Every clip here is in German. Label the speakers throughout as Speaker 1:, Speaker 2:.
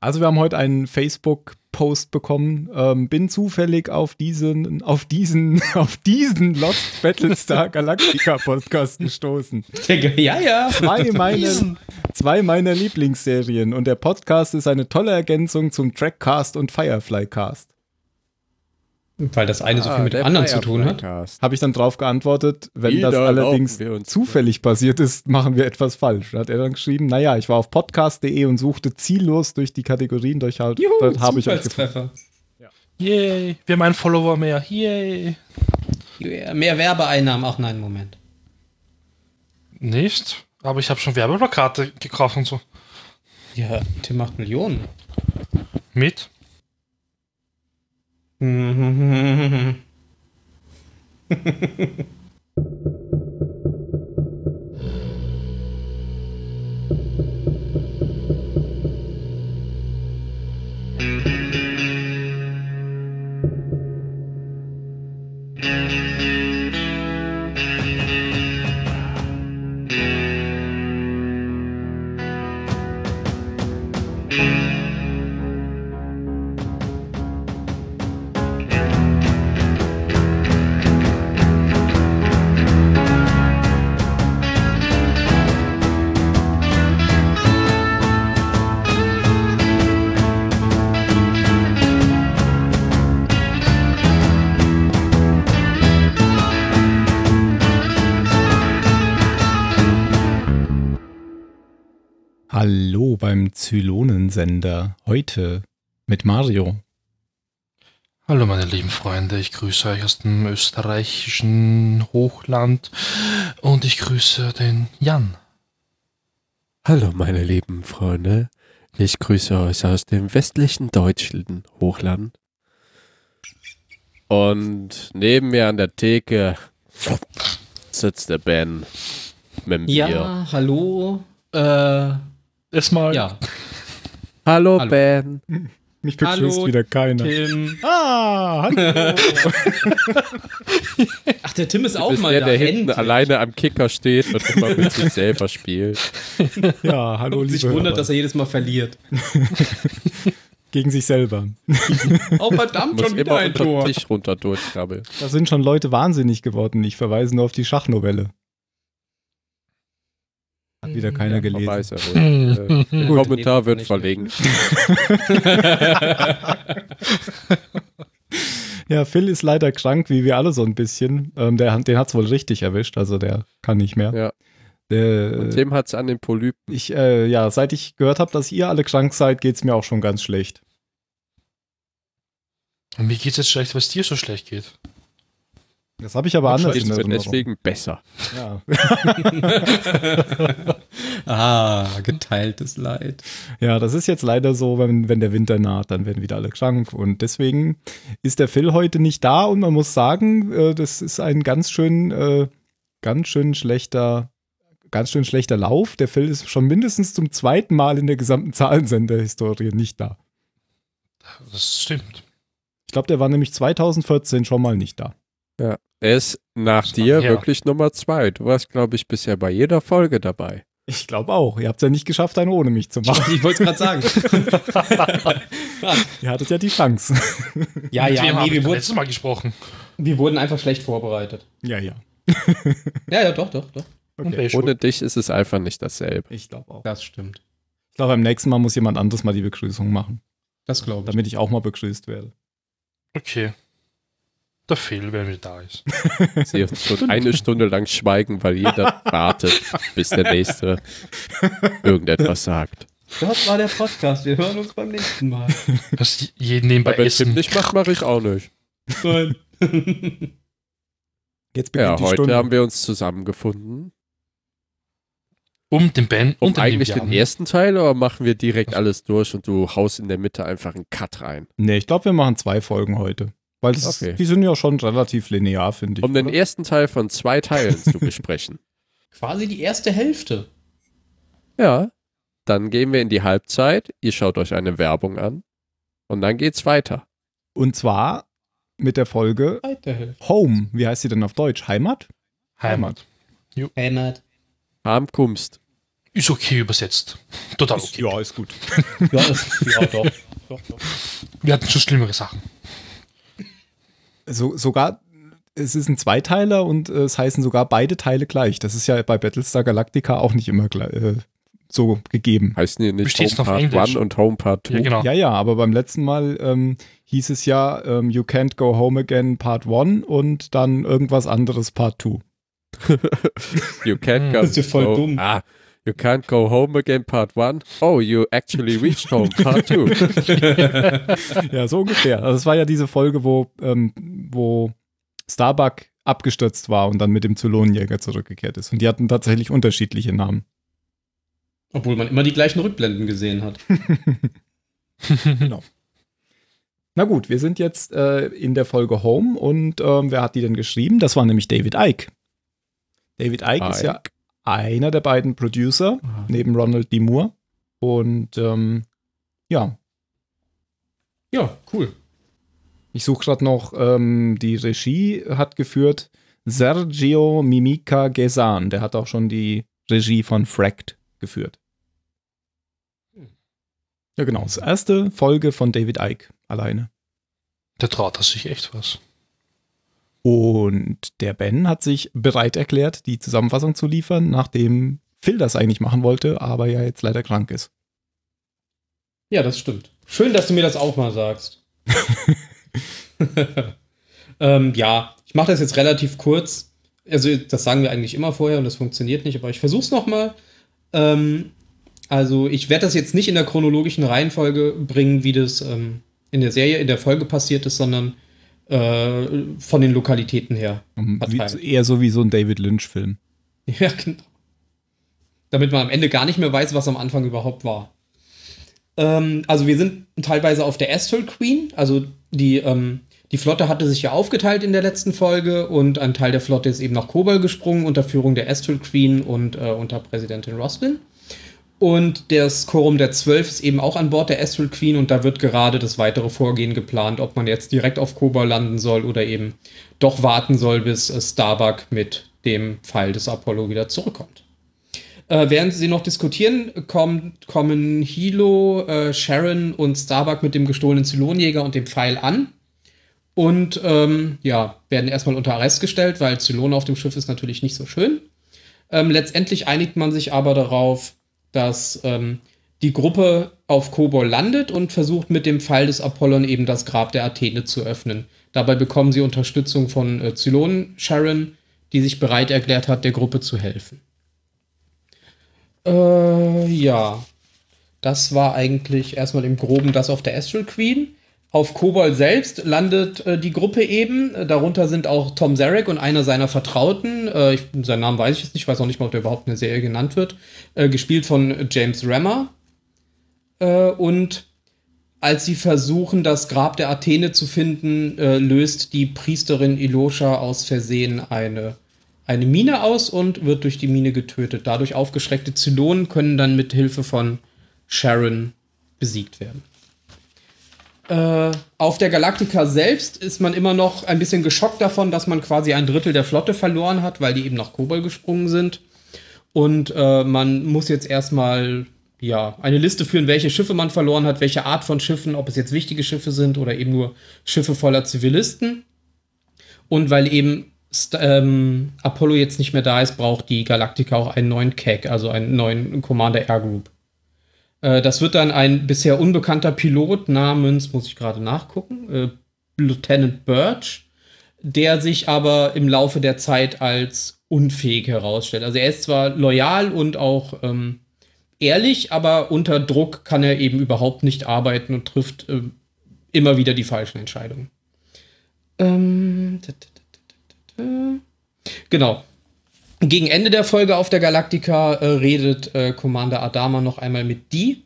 Speaker 1: Also wir haben heute einen Facebook-Post bekommen. Ähm, bin zufällig auf diesen, auf diesen, auf diesen Lost Battlestar Galactica Podcast gestoßen.
Speaker 2: Ja, ja.
Speaker 1: Zwei meiner, zwei meiner Lieblingsserien und der Podcast ist eine tolle Ergänzung zum Trackcast und Fireflycast.
Speaker 2: Weil das eine
Speaker 3: Ah,
Speaker 2: so viel mit dem anderen zu tun hat.
Speaker 1: Habe ich dann drauf geantwortet, wenn
Speaker 3: Wieder
Speaker 1: das allerdings
Speaker 3: laufen wir uns
Speaker 1: zufällig passiert ist, machen wir etwas falsch. Da hat er dann geschrieben, naja, ich war auf podcast.de und suchte ziellos durch die Kategorien durchhalten. Dann habe ich euch gefunden.
Speaker 2: Zufallstreffer.
Speaker 4: Yay, wir haben einen Follower mehr. Yay.
Speaker 2: Ja, Mehr Werbeeinnahmen. Ach nein, Moment.
Speaker 4: Nicht? Aber ich habe schon Werbeplakate gekauft und so.
Speaker 2: Ja, Tim macht Millionen.
Speaker 4: Mit?
Speaker 1: Hallo beim Zylonensender. Heute mit Mario.
Speaker 4: Hallo meine lieben Freunde, ich grüße euch aus dem österreichischen Hochland und ich grüße den Jan.
Speaker 3: Hallo meine lieben Freunde, ich grüße euch aus dem westlichen deutschen Hochland. Und neben mir an der Theke sitzt der Ben mit dem
Speaker 2: Ja,
Speaker 3: Bier.
Speaker 2: hallo. Äh,
Speaker 4: Erstmal
Speaker 2: ja.
Speaker 3: Hallo,
Speaker 2: Hallo.
Speaker 3: Ben.
Speaker 1: Mich
Speaker 2: Hallo,
Speaker 1: begrüßt wieder keiner.
Speaker 2: Tim.
Speaker 1: Ah, hallo.
Speaker 2: Ach, der Tim ist
Speaker 3: Du
Speaker 2: auch
Speaker 3: bist
Speaker 2: mal
Speaker 3: der,
Speaker 2: da.
Speaker 3: der hinten
Speaker 2: Endlich.
Speaker 3: alleine am Kicker steht und immer mit sich selber spielt.
Speaker 1: Ja, hallo,
Speaker 2: Und
Speaker 1: liebe
Speaker 2: sich wundert,
Speaker 1: Hörer.
Speaker 2: dass er jedes Mal verliert.
Speaker 1: Gegen sich selber.
Speaker 2: Oh, verdammt,
Speaker 3: Muss
Speaker 2: schon wieder
Speaker 3: immer
Speaker 2: ein
Speaker 3: unter
Speaker 2: Tor.
Speaker 3: den Tisch runter durchkrabbeln.
Speaker 1: Da sind schon Leute wahnsinnig geworden. Ich verweise nur auf die Schachnovelle. Hat wieder keiner gelesen.
Speaker 3: Mhm. Weiß er wohl. äh, der
Speaker 1: Gut.
Speaker 3: Kommentar wird
Speaker 2: Nicht
Speaker 3: verlinkt.
Speaker 1: Ja, Phil ist leider krank, wie wir alle so ein bisschen. Ähm, der, den hat es wohl richtig erwischt, also der kann nicht mehr.
Speaker 3: Ja.
Speaker 1: Der,
Speaker 3: Und Tim hat's an den Polypen.
Speaker 1: ich, äh, ja, seit ich gehört habe, dass ihr alle krank seid, geht es mir auch schon ganz schlecht.
Speaker 4: Und mir geht's jetzt schlecht, weil es dir so schlecht geht.
Speaker 1: Das habe ich aber anders
Speaker 3: Es
Speaker 1: in
Speaker 3: wird
Speaker 1: Erinnerung.
Speaker 3: deswegen besser.
Speaker 1: Ja.
Speaker 2: ah, geteiltes Leid.
Speaker 1: ja, das ist jetzt leider so, wenn, wenn der Winter naht, dann werden wieder alle krank. Und deswegen ist der Phil heute nicht da und man muss sagen, äh, das ist ein ganz schön, äh, ganz schön schlechter. Ganz schön schlechter Lauf. Der Phil ist schon mindestens zum zweiten Mal in der gesamten Zahlensender-Historie nicht da.
Speaker 4: Das stimmt.
Speaker 1: Ich glaube, der war nämlich 2014 schon mal nicht da.
Speaker 3: Er ist nach
Speaker 4: Ist
Speaker 3: dir
Speaker 4: lang her.
Speaker 3: wirklich Nummer zwei. Du warst, glaube ich, bisher bei jeder Folge dabei.
Speaker 1: Ich glaube auch. Ihr habt es ja nicht geschafft, eine ohne mich zu machen.
Speaker 2: Ich wollte es gerade sagen.
Speaker 1: Ihr hattet ja die Chance.
Speaker 2: ja,
Speaker 4: Mit wem
Speaker 2: ja, nee,
Speaker 4: habe ich
Speaker 2: wir,
Speaker 4: denn
Speaker 2: wurden,
Speaker 4: letztes Mal gesprochen?
Speaker 2: wir wurden einfach schlecht vorbereitet.
Speaker 1: ja, ja.
Speaker 2: Ja, ja, doch, doch, doch.
Speaker 4: Und
Speaker 1: Okay.
Speaker 4: wer ist
Speaker 3: Ohne
Speaker 4: schuld?
Speaker 3: dich ist es einfach nicht dasselbe.
Speaker 1: Ich glaube auch.
Speaker 2: Das stimmt.
Speaker 1: Ich glaube, beim nächsten Mal muss jemand anderes mal die Begrüßung machen,
Speaker 2: Das glaube ich.
Speaker 1: damit ich auch mal begrüßt werde.
Speaker 4: Okay. Der Phil, wenn er da ist.
Speaker 3: Sie jetzt schon eine Stunde lang schweigen, weil jeder wartet, bis der Nächste irgendetwas sagt.
Speaker 2: Das war der Podcast. Wir hören uns beim nächsten Mal.
Speaker 4: Das jeden nebenbei
Speaker 3: Wenn Tim
Speaker 4: essen.
Speaker 3: nicht macht, mache ich auch nicht.
Speaker 2: Nein.
Speaker 1: Jetzt beginnt
Speaker 3: Ja,
Speaker 1: die
Speaker 3: heute
Speaker 1: Stunde.
Speaker 3: haben wir uns zusammengefunden.
Speaker 4: Um den Ben
Speaker 3: Um
Speaker 4: und den
Speaker 3: eigentlich
Speaker 4: lieben
Speaker 3: den
Speaker 4: Jan.
Speaker 3: ersten Teil oder machen wir direkt alles durch und du haust in der Mitte einfach einen Cut rein?
Speaker 1: nee, ich glaube, wir machen zwei Folgen heute. Weil das
Speaker 3: Okay.
Speaker 1: ist, die sind ja schon relativ linear, finde ich.
Speaker 3: Um den
Speaker 1: oder?
Speaker 3: ersten Teil von zwei Teilen zu besprechen.
Speaker 2: Quasi die erste Hälfte.
Speaker 3: Ja. Dann gehen wir in die Halbzeit, ihr schaut euch eine Werbung an und dann geht's weiter.
Speaker 1: Und zwar mit der Folge
Speaker 2: Zweite Hälfte.
Speaker 1: Home. Wie heißt sie denn auf Deutsch? Heimat?
Speaker 4: Heimat.
Speaker 2: Heimat.
Speaker 3: Harmkunst.
Speaker 4: Ist okay übersetzt. Total
Speaker 1: Ist,
Speaker 4: okay.
Speaker 1: ja, ist gut.
Speaker 2: Ja, das, ja doch. doch, doch.
Speaker 4: Wir hatten schon schlimmere Sachen.
Speaker 1: So, sogar, es ist ein Zweiteiler und äh, es heißen sogar beide Teile gleich. Das ist ja bei Battlestar Galactica auch nicht immer gle- äh, so gegeben.
Speaker 3: Heißen die nicht
Speaker 4: Besteht's
Speaker 3: Home
Speaker 4: noch auf
Speaker 3: Part
Speaker 4: Englisch?
Speaker 3: 1 und Home Part 2?
Speaker 4: Ja, genau.
Speaker 1: Ja, ja, aber beim letzten Mal ähm, hieß es ja, ähm, You Can't Go Home Again Part 1 und dann irgendwas anderes Part 2.
Speaker 3: You can't
Speaker 4: Hm.
Speaker 3: go
Speaker 2: Das ist ja voll
Speaker 3: oh,
Speaker 2: dumm.
Speaker 3: Ah, you can't go home again, Part 1. Oh, you actually reached home, Part 2.
Speaker 1: Ja, so ungefähr. Also es war ja diese Folge, wo, ähm, wo Starbuck abgestürzt war und dann mit dem Zylonenjäger zurückgekehrt ist. Und die hatten tatsächlich unterschiedliche Namen.
Speaker 2: Obwohl man immer die gleichen Rückblenden gesehen hat.
Speaker 1: Na gut, wir sind jetzt äh, in der Folge Home und ähm, wer hat die denn geschrieben? Das war nämlich David Icke. David Icke ist ja einer der beiden Producer neben Ronald D. Moore. Und ähm, ja,
Speaker 2: Ja, cool.
Speaker 1: Ich suche gerade noch, ähm, die Regie hat geführt Sergio Mimica Gesan. Der hat auch schon die Regie von Fract geführt. Ja, genau. Das erste Folge von David Icke alleine.
Speaker 4: Der traut das sich echt was.
Speaker 1: Und der Ben hat sich bereit erklärt, die Zusammenfassung zu liefern, nachdem Phil das eigentlich machen wollte, aber ja jetzt leider krank ist.
Speaker 2: Ja, das stimmt. Schön, dass du mir das auch mal sagst. ähm, ja, ich mache das jetzt relativ kurz. Also, das sagen wir eigentlich immer vorher und das funktioniert nicht, aber ich versuche es nochmal. Ähm, also, ich werde das jetzt nicht in der chronologischen Reihenfolge bringen, wie das ähm, in der Serie, in der Folge passiert ist, sondern äh, von den Lokalitäten her.
Speaker 1: Um,
Speaker 2: Hat
Speaker 1: wie,
Speaker 2: keinen.
Speaker 1: eher so wie so ein David Lynch-Film.
Speaker 2: Ja, genau. Damit man am Ende gar nicht mehr weiß, was am Anfang überhaupt war. Ähm, also wir sind teilweise auf der Astral Queen. Also die, ähm, die Flotte hatte sich ja aufgeteilt in der letzten Folge und ein Teil der Flotte ist eben nach Kobol gesprungen unter Führung der Astral Queen und äh, unter Präsidentin Roslin. Und das Quorum der Zwölf ist eben auch an Bord der Astral Queen und da wird gerade das weitere Vorgehen geplant, ob man jetzt direkt auf Kobol landen soll oder eben doch warten soll, bis äh, Starbuck mit dem Fall des Apollo wieder zurückkommt. Äh, während sie noch diskutieren, kommt, kommen Hilo, äh, Sharon und Starbuck mit dem gestohlenen Zylonjäger und dem Pfeil an. Und ähm, ja, werden erstmal unter Arrest gestellt, weil Zylon auf dem Schiff ist natürlich nicht so schön. Ähm, letztendlich einigt man sich aber darauf, dass ähm, die Gruppe auf Kobol landet und versucht mit dem Pfeil des Apollon eben das Grab der Athene zu öffnen. Dabei bekommen sie Unterstützung von äh, Zylon Sharon, die sich bereit erklärt hat, der Gruppe zu helfen. Äh, ja. Das war eigentlich erstmal im Groben das auf der Astral Queen. Auf Kobol selbst landet äh, die Gruppe eben. Äh, Darunter sind auch Tom Zarek und einer seiner Vertrauten. Äh, ich, seinen Namen weiß ich jetzt nicht, ich weiß auch nicht mal, ob der überhaupt in der Serie genannt wird. Äh, gespielt von äh, James Rammer. Äh, und als sie versuchen, das Grab der Athene zu finden, äh, löst die Priesterin Ilosha aus Versehen eine, eine Mine aus und wird durch die Mine getötet. Dadurch aufgeschreckte Zylonen können dann mit Hilfe von Sharon besiegt werden. Äh, auf der Galactica selbst ist man immer noch ein bisschen geschockt davon, dass man quasi ein Drittel der Flotte verloren hat, weil die eben nach Kobol gesprungen sind. Und äh, man muss jetzt erstmal ja, eine Liste führen, welche Schiffe man verloren hat, welche Art von Schiffen, ob es jetzt wichtige Schiffe sind oder eben nur Schiffe voller Zivilisten. Und weil eben St ähm, Apollo jetzt nicht mehr da ist, braucht die Galactica auch einen neuen CAG, also einen neuen Commander Air Group. Äh, das wird dann ein bisher unbekannter Pilot namens, muss ich gerade nachgucken, äh, Lieutenant Birch, der sich aber im Laufe der Zeit als unfähig herausstellt. Also er ist zwar loyal und auch ähm, ehrlich, aber unter Druck kann er eben überhaupt nicht arbeiten und trifft äh, immer wieder die falschen Entscheidungen. Ähm, t- t- t- t- t- t- genau. Gegen Ende der Folge auf der Galactica äh, redet äh, Commander Adama noch einmal mit die,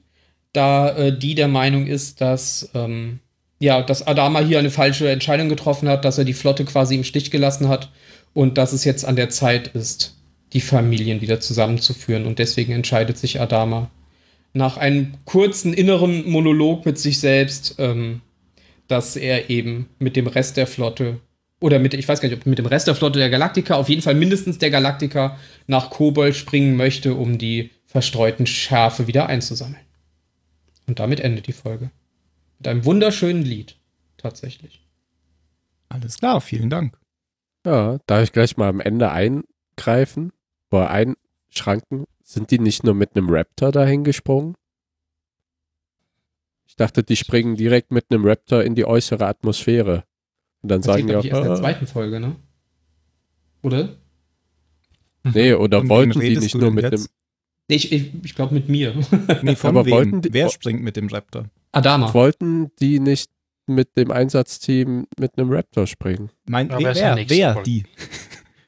Speaker 2: da äh, die der Meinung ist, dass ähm, ja, dass Adama hier eine falsche Entscheidung getroffen hat, dass er die Flotte quasi im Stich gelassen hat und dass es jetzt an der Zeit ist, die Familien wieder zusammenzuführen. Und deswegen entscheidet sich Adama nach einem kurzen inneren Monolog mit sich selbst, ähm, dass er eben mit dem Rest der Flotte oder mit, ich weiß gar nicht, ob mit dem Rest der Flotte der Galaktika, auf jeden Fall mindestens der Galaktika nach Kobol springen möchte, um die verstreuten Schafe wieder einzusammeln. Und damit endet die Folge. Mit einem wunderschönen Lied, tatsächlich.
Speaker 1: Alles klar, vielen Dank.
Speaker 3: Ja, darf ich gleich mal am Ende eingreifen oder einschranken? Sind die nicht nur mit einem Raptor dahin gesprungen? Ich dachte, die springen direkt mit einem Raptor in die äußere Atmosphäre. Und dann
Speaker 2: Das
Speaker 3: sagen
Speaker 2: liegt,
Speaker 3: die
Speaker 2: glaub ich, erst in der
Speaker 3: auch, ah,
Speaker 2: zweiten Folge, ne? Oder?
Speaker 3: nee, oder
Speaker 1: Von wem
Speaker 3: wollten die
Speaker 1: redest
Speaker 3: nicht
Speaker 1: du
Speaker 3: nur
Speaker 1: denn
Speaker 3: mit
Speaker 1: jetzt?
Speaker 3: einem,
Speaker 2: Nee, ich, ich, ich glaube mit mir.
Speaker 1: Nee, von
Speaker 3: Aber
Speaker 1: wem?
Speaker 3: wollten die-
Speaker 1: Wer springt mit dem Raptor?
Speaker 2: Adama.
Speaker 3: wollten die nicht mit dem Einsatzteam mit einem Raptor springen?
Speaker 1: Mein,
Speaker 4: Ja,
Speaker 1: nee,
Speaker 4: wer
Speaker 1: wer,
Speaker 4: ist der
Speaker 1: wer,
Speaker 4: nächste Folge?
Speaker 1: die?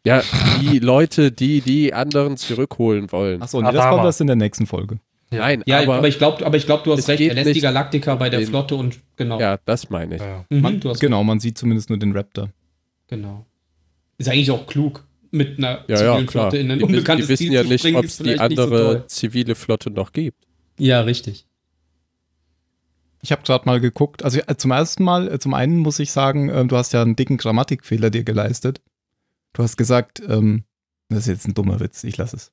Speaker 3: Ja, die Leute, die die anderen zurückholen wollen.
Speaker 1: Achso, nee, das
Speaker 4: Adama.
Speaker 1: kommt erst in der nächsten Folge.
Speaker 3: Nein,
Speaker 2: Ja, aber,
Speaker 3: aber,
Speaker 2: ich glaube, aber ich glaub, du
Speaker 3: es
Speaker 2: hast recht.
Speaker 3: geht
Speaker 2: Er lässt die
Speaker 3: nicht um
Speaker 2: Galaktiker bei der
Speaker 3: den-
Speaker 2: Flotte und genau.
Speaker 3: ja, das meine ich.
Speaker 4: Ja, ja.
Speaker 2: Mhm,
Speaker 1: Man,
Speaker 2: du hast
Speaker 1: genau, man sieht zumindest nur den Raptor.
Speaker 2: Genau. Ist eigentlich auch klug, mit einer
Speaker 3: Ja, ja,
Speaker 2: zivilen
Speaker 3: klar.
Speaker 2: Flotte in ein
Speaker 3: die, wissen-
Speaker 2: unbekanntes
Speaker 3: die wissen
Speaker 2: Ziel
Speaker 3: ja
Speaker 2: zu
Speaker 3: nicht,
Speaker 2: springen,
Speaker 3: ob
Speaker 2: ist
Speaker 3: es die
Speaker 2: vielleicht nicht so
Speaker 3: andere
Speaker 2: toll.
Speaker 3: zivile Flotte noch gibt.
Speaker 2: ja, richtig.
Speaker 1: Ich habe gerade mal geguckt. Also äh, zum ersten Mal, äh, zum einen muss ich sagen, äh, du hast ja einen dicken Grammatikfehler dir geleistet. Du hast gesagt, ähm, das ist jetzt ein dummer Witz, ich lasse es.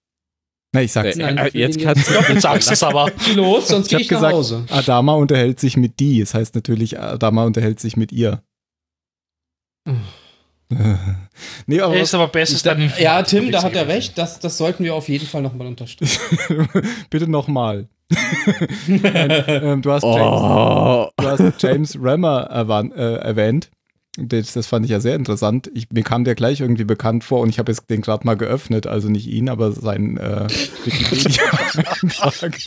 Speaker 1: Na, ich sag's.
Speaker 2: Nein,
Speaker 3: Äh, äh, jetzt
Speaker 2: deswegen-
Speaker 3: kannst du
Speaker 4: Jetzt sagst du es aber.
Speaker 2: Los, sonst
Speaker 1: Ich
Speaker 2: gehe
Speaker 1: habe
Speaker 2: ich nach
Speaker 1: gesagt,
Speaker 2: Hause.
Speaker 1: Adama unterhält sich mit die. Es heißt natürlich, Adama unterhält sich mit ihr. Hm. nee, aber
Speaker 4: Ist aber besser, ist dann.
Speaker 2: Ja, Tim, da hat er recht. Das, das sollten wir auf jeden Fall nochmal unterstützen.
Speaker 1: bitte nochmal. ähm, du, hast James,
Speaker 3: Oh,
Speaker 1: du hast James Rammer erwan- äh, erwähnt. Das, das fand ich ja sehr interessant. Ich, mir kam der gleich irgendwie bekannt vor und ich habe jetzt den gerade mal geöffnet. Also nicht ihn, aber seinen äh, Wikipedia-Eintrag.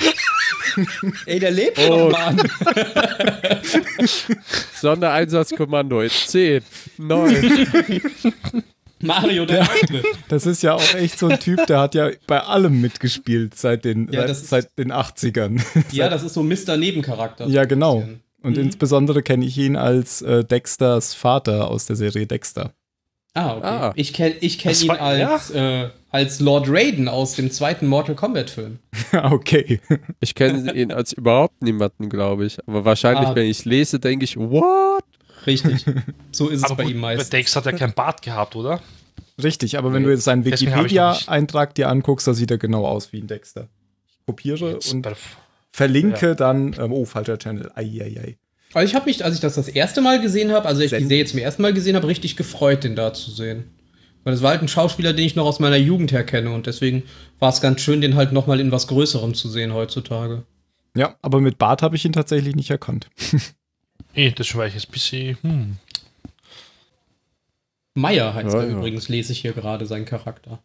Speaker 2: Ey, der lebt
Speaker 3: Oh.
Speaker 2: noch, Mann.
Speaker 3: Sondereinsatzkommando in 10, 9.
Speaker 2: Mario, der Akte.
Speaker 1: Das ist ja auch echt so ein Typ, der hat ja bei allem mitgespielt seit den,
Speaker 2: Ja,
Speaker 1: seit,
Speaker 2: das ist-
Speaker 1: seit den 80ern.
Speaker 2: Ja, das ist so Mr. Nebencharakter.
Speaker 1: Ja, genau.
Speaker 2: bisschen.
Speaker 1: Und
Speaker 2: Mhm.
Speaker 1: insbesondere kenne ich ihn als äh, Dexters Vater aus der Serie Dexter.
Speaker 2: Ah, okay.
Speaker 3: Ah.
Speaker 2: Ich kenne ich kenn
Speaker 4: Das
Speaker 2: ihn
Speaker 4: war-
Speaker 2: als, äh, als Lord Raiden aus dem zweiten Mortal Kombat-Film.
Speaker 1: okay.
Speaker 3: Ich kenne ihn als überhaupt niemanden, glaube ich. Aber wahrscheinlich,
Speaker 2: Ah.
Speaker 3: wenn ich lese, denke ich, what?
Speaker 2: Richtig. So ist es
Speaker 4: Aber
Speaker 2: bei
Speaker 4: gut,
Speaker 2: ihm meist.
Speaker 4: Dex hat ja keinen Bart gehabt, oder?
Speaker 1: Richtig, aber wenn du jetzt seinen
Speaker 4: deswegen hab ich noch nicht.
Speaker 1: Wikipedia-Eintrag dir anguckst, da sieht er genau aus wie ein Dexter. Ich kopiere
Speaker 4: Jetzt
Speaker 1: und
Speaker 4: bei-
Speaker 1: verlinke dann. Ähm, oh, falscher Channel. Eieiei.
Speaker 2: Also ich habe mich, als ich das das erste Mal gesehen habe, also als ich die
Speaker 1: Senden.
Speaker 2: Serie jetzt zum ersten Mal gesehen habe, richtig gefreut, den da zu sehen. Weil das war halt ein Schauspieler, den ich noch aus meiner Jugend her kenne und deswegen war es ganz schön, den halt nochmal in was Größerem zu sehen heutzutage.
Speaker 1: Ja, aber mit Bart habe ich ihn tatsächlich nicht erkannt.
Speaker 4: Eh, das war ich jetzt ein bisschen. Hm.
Speaker 2: Meyer heißt
Speaker 3: Ja,
Speaker 2: er
Speaker 3: ja.
Speaker 2: übrigens, lese ich hier gerade seinen Charakter.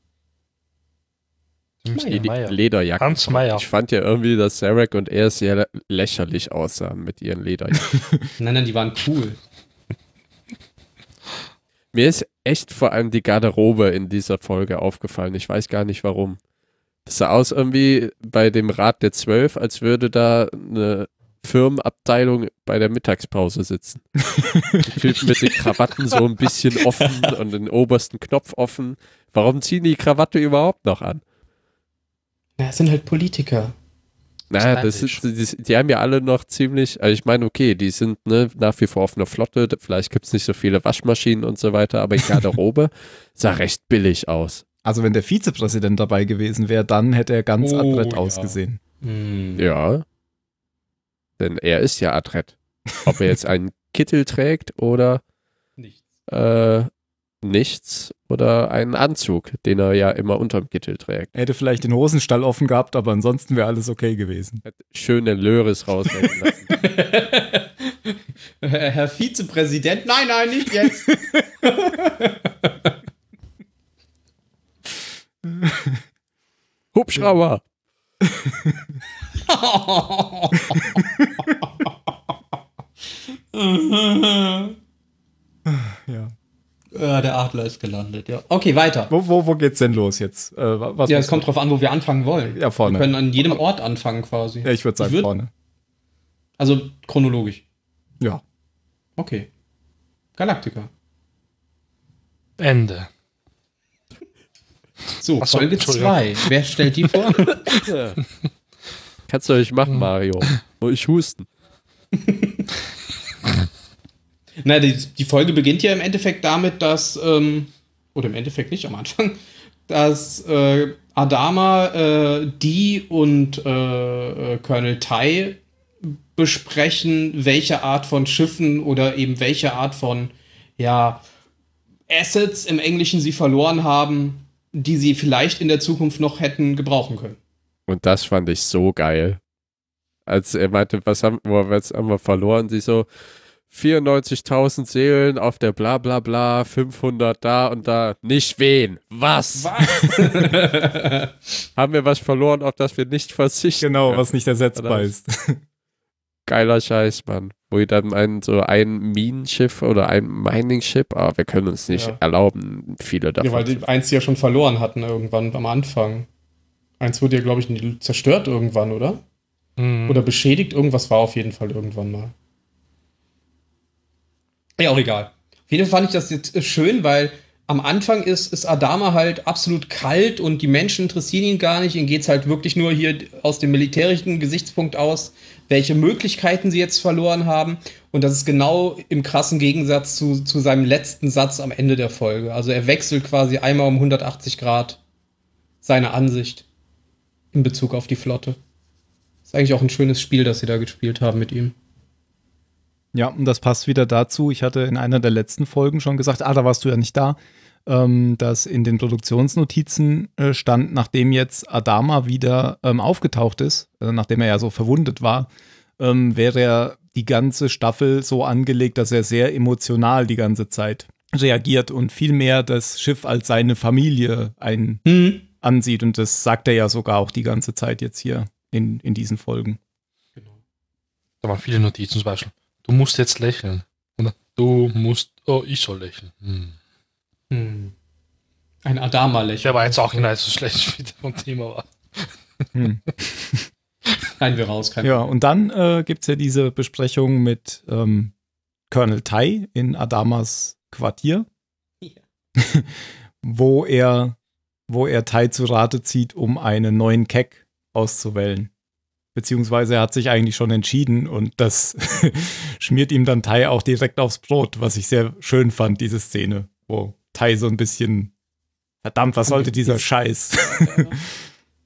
Speaker 4: Mr.
Speaker 3: Die
Speaker 4: Meier.
Speaker 3: Lederjacke.
Speaker 4: Hans Meier.
Speaker 3: Ich fand ja irgendwie, dass Sarek und er sehr lä- lächerlich aussahen mit ihren Lederjacken.
Speaker 2: Nein, nein, die waren cool.
Speaker 3: Mir ist echt vor allem die Garderobe in dieser Folge aufgefallen. Ich weiß gar nicht warum. Das sah aus irgendwie bei dem Rat der Zwölf, als würde da eine Firmenabteilung bei der Mittagspause sitzen. Die Typen mit den Krawatten so ein bisschen offen und den obersten Knopf offen. Warum ziehen die Krawatte überhaupt noch an?
Speaker 2: Ja, das sind halt Politiker.
Speaker 3: Naja, das
Speaker 4: Stylisch.
Speaker 3: ist, die, die haben ja alle noch ziemlich, also ich meine, okay, die sind ne, nach wie vor auf einer Flotte, da- vielleicht gibt es nicht so viele Waschmaschinen und so weiter, aber die Garderobe sah recht billig aus.
Speaker 1: Also, wenn der Vizepräsident dabei gewesen wäre, dann hätte er ganz
Speaker 2: Oh,
Speaker 1: adrett
Speaker 2: ja.
Speaker 1: ausgesehen.
Speaker 2: Hm.
Speaker 3: Ja. Denn er ist ja adrett. Ob er jetzt einen Kittel trägt oder
Speaker 2: Nichts.
Speaker 3: äh, nichts oder einen Anzug, den er ja immer unterm Kittel trägt.
Speaker 1: Er hätte vielleicht den Hosenstall offen gehabt, aber ansonsten wäre alles okay gewesen.
Speaker 3: Hat Schöne Löres raushängen lassen.
Speaker 2: Herr Vizepräsident, nein, nein, nicht jetzt.
Speaker 3: Hubschrauber!
Speaker 1: Ja.
Speaker 2: Äh, der Adler ist gelandet, ja. Okay, weiter.
Speaker 1: Wo, wo, wo geht's denn los jetzt? Äh, wa- was
Speaker 2: Ja, es kommt drauf an, wo wir anfangen wollen.
Speaker 1: Ja, vorne.
Speaker 2: Wir können an jedem Ort anfangen quasi.
Speaker 1: ja, ich würde sagen,
Speaker 2: ich würd-
Speaker 1: vorne.
Speaker 2: Also chronologisch.
Speaker 1: Ja.
Speaker 2: Okay. Galaktika.
Speaker 4: Ende.
Speaker 2: So,
Speaker 4: Ach so,
Speaker 2: Folge
Speaker 4: Entschuldigung.
Speaker 2: 2. Wer stellt die vor?
Speaker 3: Kannst du euch machen, Mario. Muss ich husten.
Speaker 2: Na, die, die Folge beginnt ja im Endeffekt damit, dass, ähm, oder im Endeffekt nicht am Anfang, dass äh, Adama, äh, die und äh, äh, Colonel Tai besprechen, welche Art von Schiffen oder eben welche Art von ja, Assets im Englischen sie verloren haben, die sie vielleicht in der Zukunft noch hätten gebrauchen können.
Speaker 3: Und das fand ich so geil. Als er meinte, was haben, wir- was haben wir verloren? Sie so, 94.000 Seelen auf der bla bla bla, 500 da und da. Nicht wen? Was? Haben wir was verloren, auf das wir nicht verzichten?
Speaker 1: Genau,
Speaker 3: können?
Speaker 1: was nicht ersetzbar ist.
Speaker 3: Geiler Scheiß, Mann. Wo ihr dann ein, so ein Minenschiff oder ein Mining-Schiff, ah, wir können uns nicht
Speaker 2: Ja.
Speaker 3: erlauben, viele davon.
Speaker 2: Ja, weil die eins ja schon verloren hatten irgendwann am Anfang. Eins wurde ja, glaube ich, zerstört irgendwann, oder?
Speaker 4: Mhm.
Speaker 2: Oder beschädigt. Irgendwas war auf jeden Fall irgendwann mal. Ja, auch egal. Auf jeden Fall fand ich das jetzt äh, schön, weil am Anfang ist, ist Adama halt absolut kalt und die Menschen interessieren ihn gar nicht. Ihnen geht es halt wirklich nur hier aus dem militärischen Gesichtspunkt aus, welche Möglichkeiten sie jetzt verloren haben. Und das ist genau im krassen Gegensatz zu, zu seinem letzten Satz am Ende der Folge. Also er wechselt quasi einmal um 180 Grad seine Ansicht in Bezug auf die Flotte. Ist eigentlich auch ein schönes Spiel, das sie da gespielt haben mit ihm.
Speaker 1: Ja, und das passt wieder dazu. Ich hatte in einer der letzten Folgen schon gesagt, ah, da warst du ja nicht da, ähm, dass in den Produktionsnotizen äh, stand, nachdem jetzt Adama wieder ähm, aufgetaucht ist, äh, nachdem er ja so verwundet war, ähm, wäre er die ganze Staffel so angelegt, dass er sehr emotional die ganze Zeit reagiert und vielmehr das Schiff als seine Familie ein
Speaker 2: Hm.
Speaker 1: ansieht. Und das sagt er ja sogar auch die ganze Zeit jetzt hier in, in diesen Folgen.
Speaker 4: Da waren viele Notizen zum Beispiel. Du musst jetzt lächeln. Oder du musst, oh, ich soll lächeln. Hm.
Speaker 2: Hm. Ein Adama-Lächeln.
Speaker 4: Der war jetzt auch nicht so schlecht, wie der vom Thema war.
Speaker 1: Hm.
Speaker 2: Nein, wir raus. Kein
Speaker 1: Ja, und dann äh, gibt es ja diese Besprechung mit ähm, Colonel Tai in Adamas Quartier,
Speaker 2: Ja.
Speaker 1: wo er, wo er Tai zu Rate zieht, um einen neuen Keck auszuwählen. Beziehungsweise er hat sich eigentlich schon entschieden und das schmiert ihm dann Tai auch direkt aufs Brot, was ich sehr schön fand, diese Szene, wo Tai so ein bisschen, verdammt, was sollte dieser Scheiß?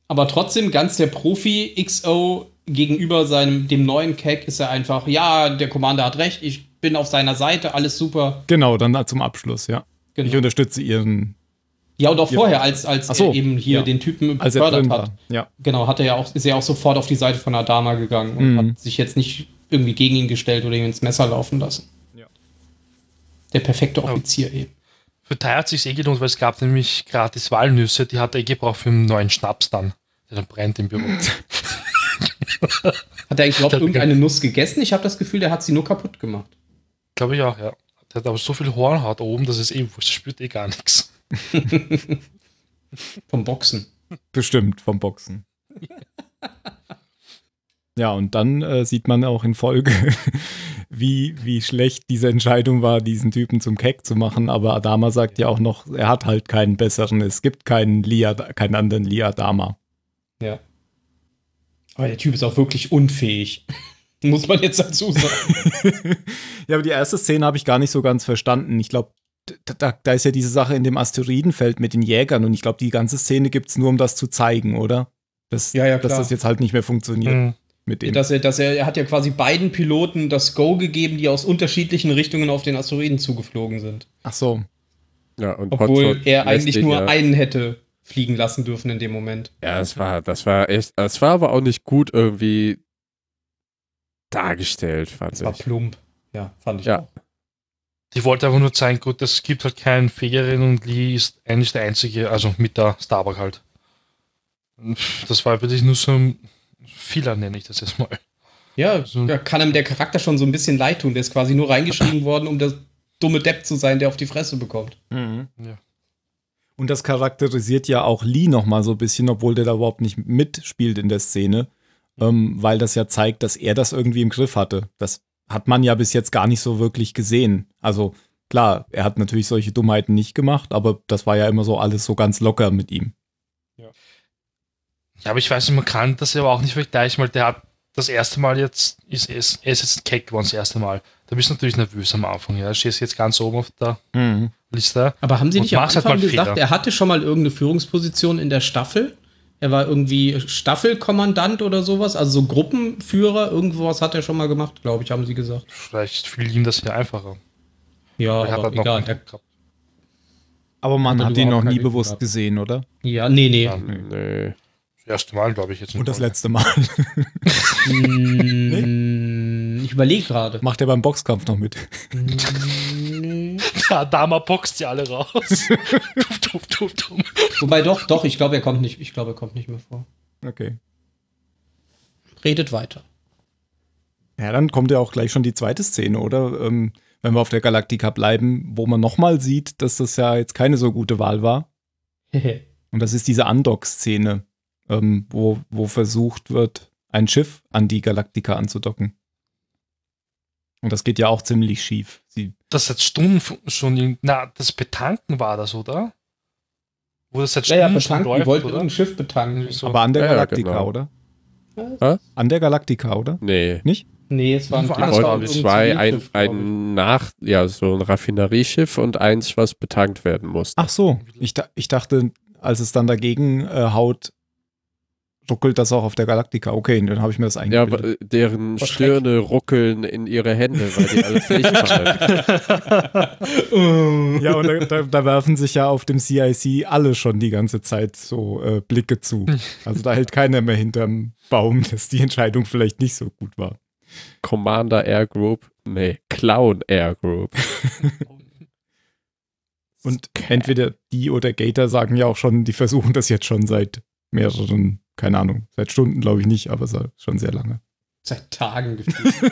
Speaker 2: Aber trotzdem, ganz der Profi XO gegenüber seinem, dem neuen Keck ist er einfach, ja, der Commander hat recht, ich bin auf seiner Seite, alles super.
Speaker 1: genau, dann zum Abschluss, ja.
Speaker 2: Genau.
Speaker 1: Ich unterstütze ihren,
Speaker 2: ja, und auch
Speaker 1: Ja.
Speaker 2: vorher, als, als
Speaker 1: Ach so,
Speaker 2: er eben hier
Speaker 1: ja.
Speaker 2: den Typen
Speaker 1: als er
Speaker 2: gefördert
Speaker 1: drin
Speaker 2: hat.
Speaker 1: war. Ja.
Speaker 2: Genau, hat er ja auch, ist er auch sofort auf die Seite von Adama gegangen und
Speaker 1: Mhm.
Speaker 2: hat sich jetzt nicht irgendwie gegen ihn gestellt oder ihm ins Messer laufen lassen.
Speaker 1: Ja.
Speaker 2: Der perfekte Offizier eben.
Speaker 4: Für Thai hat sich's eh gelohnt, weil es gab nämlich gratis Walnüsse, die hat er eh gebraucht für einen neuen Schnaps dann. Der dann brennt im Büro.
Speaker 2: Hat er eigentlich überhaupt
Speaker 4: Das-
Speaker 2: irgendeine Nuss gegessen? Ich habe das Gefühl, der hat sie nur kaputt gemacht.
Speaker 4: Glaube ich auch, ja. Der hat aber so viel Hornhaut oben, dass es eh wurscht, er spürt eh gar nichts.
Speaker 2: Vom Boxen.
Speaker 1: Bestimmt vom Boxen. ja, und dann äh, sieht man auch in Folge, wie, wie schlecht diese Entscheidung war, diesen Typen zum Keck zu machen. Aber Adama sagt ja auch noch, er hat halt keinen besseren. Es gibt keinen, Lia, keinen anderen Lee Adama.
Speaker 2: Ja. Aber der Typ ist auch wirklich unfähig. Muss man jetzt dazu sagen.
Speaker 1: ja, aber die erste Szene habe ich gar nicht so ganz verstanden. Ich glaube, da- da, da ist ja diese Sache in dem Asteroidenfeld mit den Jägern. Und ich glaube, die ganze Szene gibt es nur, um das zu zeigen, oder? Dass,
Speaker 2: Ja, ja,
Speaker 1: dass
Speaker 2: klar.
Speaker 1: das jetzt halt nicht mehr funktioniert
Speaker 4: Hm.
Speaker 2: Mhm.
Speaker 1: mit dem.
Speaker 2: Dass er, dass er, er hat ja quasi beiden Piloten das Go gegeben, die aus unterschiedlichen Richtungen auf den Asteroiden zugeflogen sind.
Speaker 1: Ach so.
Speaker 3: ja, und
Speaker 2: Obwohl
Speaker 3: Hotshot
Speaker 2: er
Speaker 3: lässt
Speaker 2: eigentlich
Speaker 3: ihn
Speaker 2: nur
Speaker 3: ja.
Speaker 2: einen hätte fliegen lassen dürfen in dem Moment.
Speaker 3: Ja, das war, das war echt, das war aber auch nicht gut irgendwie dargestellt, fand
Speaker 2: Das
Speaker 3: ich.
Speaker 2: war plump. Ja, fand ich
Speaker 3: Ja.
Speaker 2: auch.
Speaker 4: Ich wollte einfach nur zeigen, gut, es gibt halt keinen Fägerin und Lee ist eigentlich der einzige, also mit der Starbuck halt. Das war wirklich nur so ein Fehler, nenne ich das jetzt mal.
Speaker 2: Ja,
Speaker 4: So-
Speaker 2: da kann ihm der Charakter schon so ein bisschen leid tun. Der ist quasi nur reingeschrieben worden, um das dumme Depp zu sein, der auf die Fresse bekommt.
Speaker 1: Mhm.
Speaker 4: Ja.
Speaker 1: Und das charakterisiert ja auch Lee nochmal so ein bisschen, obwohl der da überhaupt nicht mitspielt in der Szene, ähm, weil das ja zeigt, dass er das irgendwie im Griff hatte. Das hat man ja bis jetzt gar nicht so wirklich gesehen. Also klar, er hat natürlich solche Dummheiten nicht gemacht, aber das war ja immer so alles so ganz locker mit ihm.
Speaker 4: Ja, aber ich weiß nicht, man kann das ja aber auch nicht vergleichen, weil der hat das erste Mal jetzt ist es ist, ist jetzt Cake One das erste Mal. Da bist du natürlich nervös am Anfang, ja. Du stehst jetzt ganz oben auf der
Speaker 1: Mhm.
Speaker 4: Liste.
Speaker 2: Aber haben Sie
Speaker 4: Und
Speaker 2: nicht am
Speaker 4: machst halt
Speaker 2: Anfang
Speaker 4: mal einen
Speaker 2: gesagt,
Speaker 4: Fehler.
Speaker 2: er hatte schon mal irgendeine Führungsposition in der Staffel? Er war irgendwie Staffelkommandant oder sowas, also so Gruppenführer, irgendwas hat er schon mal gemacht, glaube ich, haben Sie gesagt.
Speaker 4: Vielleicht fiel ihm das hier einfacher.
Speaker 2: Ja,
Speaker 4: Er hat
Speaker 2: aber
Speaker 4: halt noch
Speaker 2: egal.
Speaker 4: einen
Speaker 2: Der,
Speaker 4: gehabt.
Speaker 1: Aber man
Speaker 2: Hat
Speaker 1: hat,
Speaker 2: er
Speaker 1: ihn
Speaker 2: überhaupt
Speaker 1: noch nie
Speaker 2: keine
Speaker 1: bewusst
Speaker 2: gehabt.
Speaker 1: gesehen, oder?
Speaker 2: ja, nee, nee.
Speaker 4: Ja.
Speaker 3: Nö.
Speaker 4: Das erste Mal, glaube ich, jetzt. in
Speaker 1: Und das
Speaker 4: Folge.
Speaker 1: letzte Mal.
Speaker 2: Mm, Ich überlege gerade.
Speaker 1: Macht er beim Boxkampf noch mit.
Speaker 4: Da, Dama boxt die alle raus. dum, dum, dum, dum.
Speaker 2: Wobei doch, doch, ich glaube, er kommt nicht. Ich glaube, er kommt nicht mehr vor.
Speaker 1: Okay.
Speaker 2: Redet weiter.
Speaker 1: Ja, dann kommt ja auch gleich schon die zweite Szene, oder? Ähm, wenn wir auf der Galaktika bleiben, wo man nochmal sieht, dass das ja jetzt keine so gute Wahl war. Und das ist diese Andock-Szene, ähm, wo, wo versucht wird, ein Schiff an die Galaktika anzudocken. Und das geht ja auch ziemlich schief. Sie,
Speaker 4: Das hat Stunden fu- schon. irgend- Na, das Betanken war das, oder? Wo das seit
Speaker 2: ja, ja,
Speaker 4: Stunden schon
Speaker 2: betanken. Die
Speaker 4: läuft,
Speaker 2: wollten
Speaker 4: oder?
Speaker 2: irgendein Schiff betanken.
Speaker 4: Irgendwie so.
Speaker 1: aber an der
Speaker 3: Ja, ja,
Speaker 1: Galaktika,
Speaker 3: genau.
Speaker 1: oder?
Speaker 3: Hä?
Speaker 1: An der Galaktika, oder?
Speaker 3: Nee.
Speaker 2: Nee, es waren
Speaker 4: Die
Speaker 3: Die
Speaker 4: Das war
Speaker 3: wollten
Speaker 4: irgendein
Speaker 3: zwei, ein,
Speaker 2: Zivilschiff, glaub ich.
Speaker 3: ein Nach, ja, so ein Raffinerieschiff und eins, was betankt werden
Speaker 2: Ah,
Speaker 3: musste.
Speaker 1: Ach so, ich, da, ich dachte, als es dann dagegen äh, haut, ruckelt das auch auf der Galaktika. Okay, dann habe ich mir das
Speaker 3: Ja,
Speaker 1: eingebildet.
Speaker 3: aber äh, deren
Speaker 2: Vor Schreck.
Speaker 3: Stirne ruckeln in ihre Hände, weil die alle Pflicht haben.
Speaker 1: Ja, und da, da, da werfen sich ja auf dem CIC alle schon die ganze Zeit so äh, Blicke zu. Also da hält keiner mehr hinterm Baum, dass die Entscheidung vielleicht nicht so gut war.
Speaker 3: Commander Air Group, nee, Clown Air Group.
Speaker 1: Und entweder die oder Gator sagen ja auch schon, die versuchen das jetzt schon seit mehreren, keine Ahnung, seit Stunden glaube ich nicht, aber se- schon sehr lange.
Speaker 2: Seit Tagen gefühlt.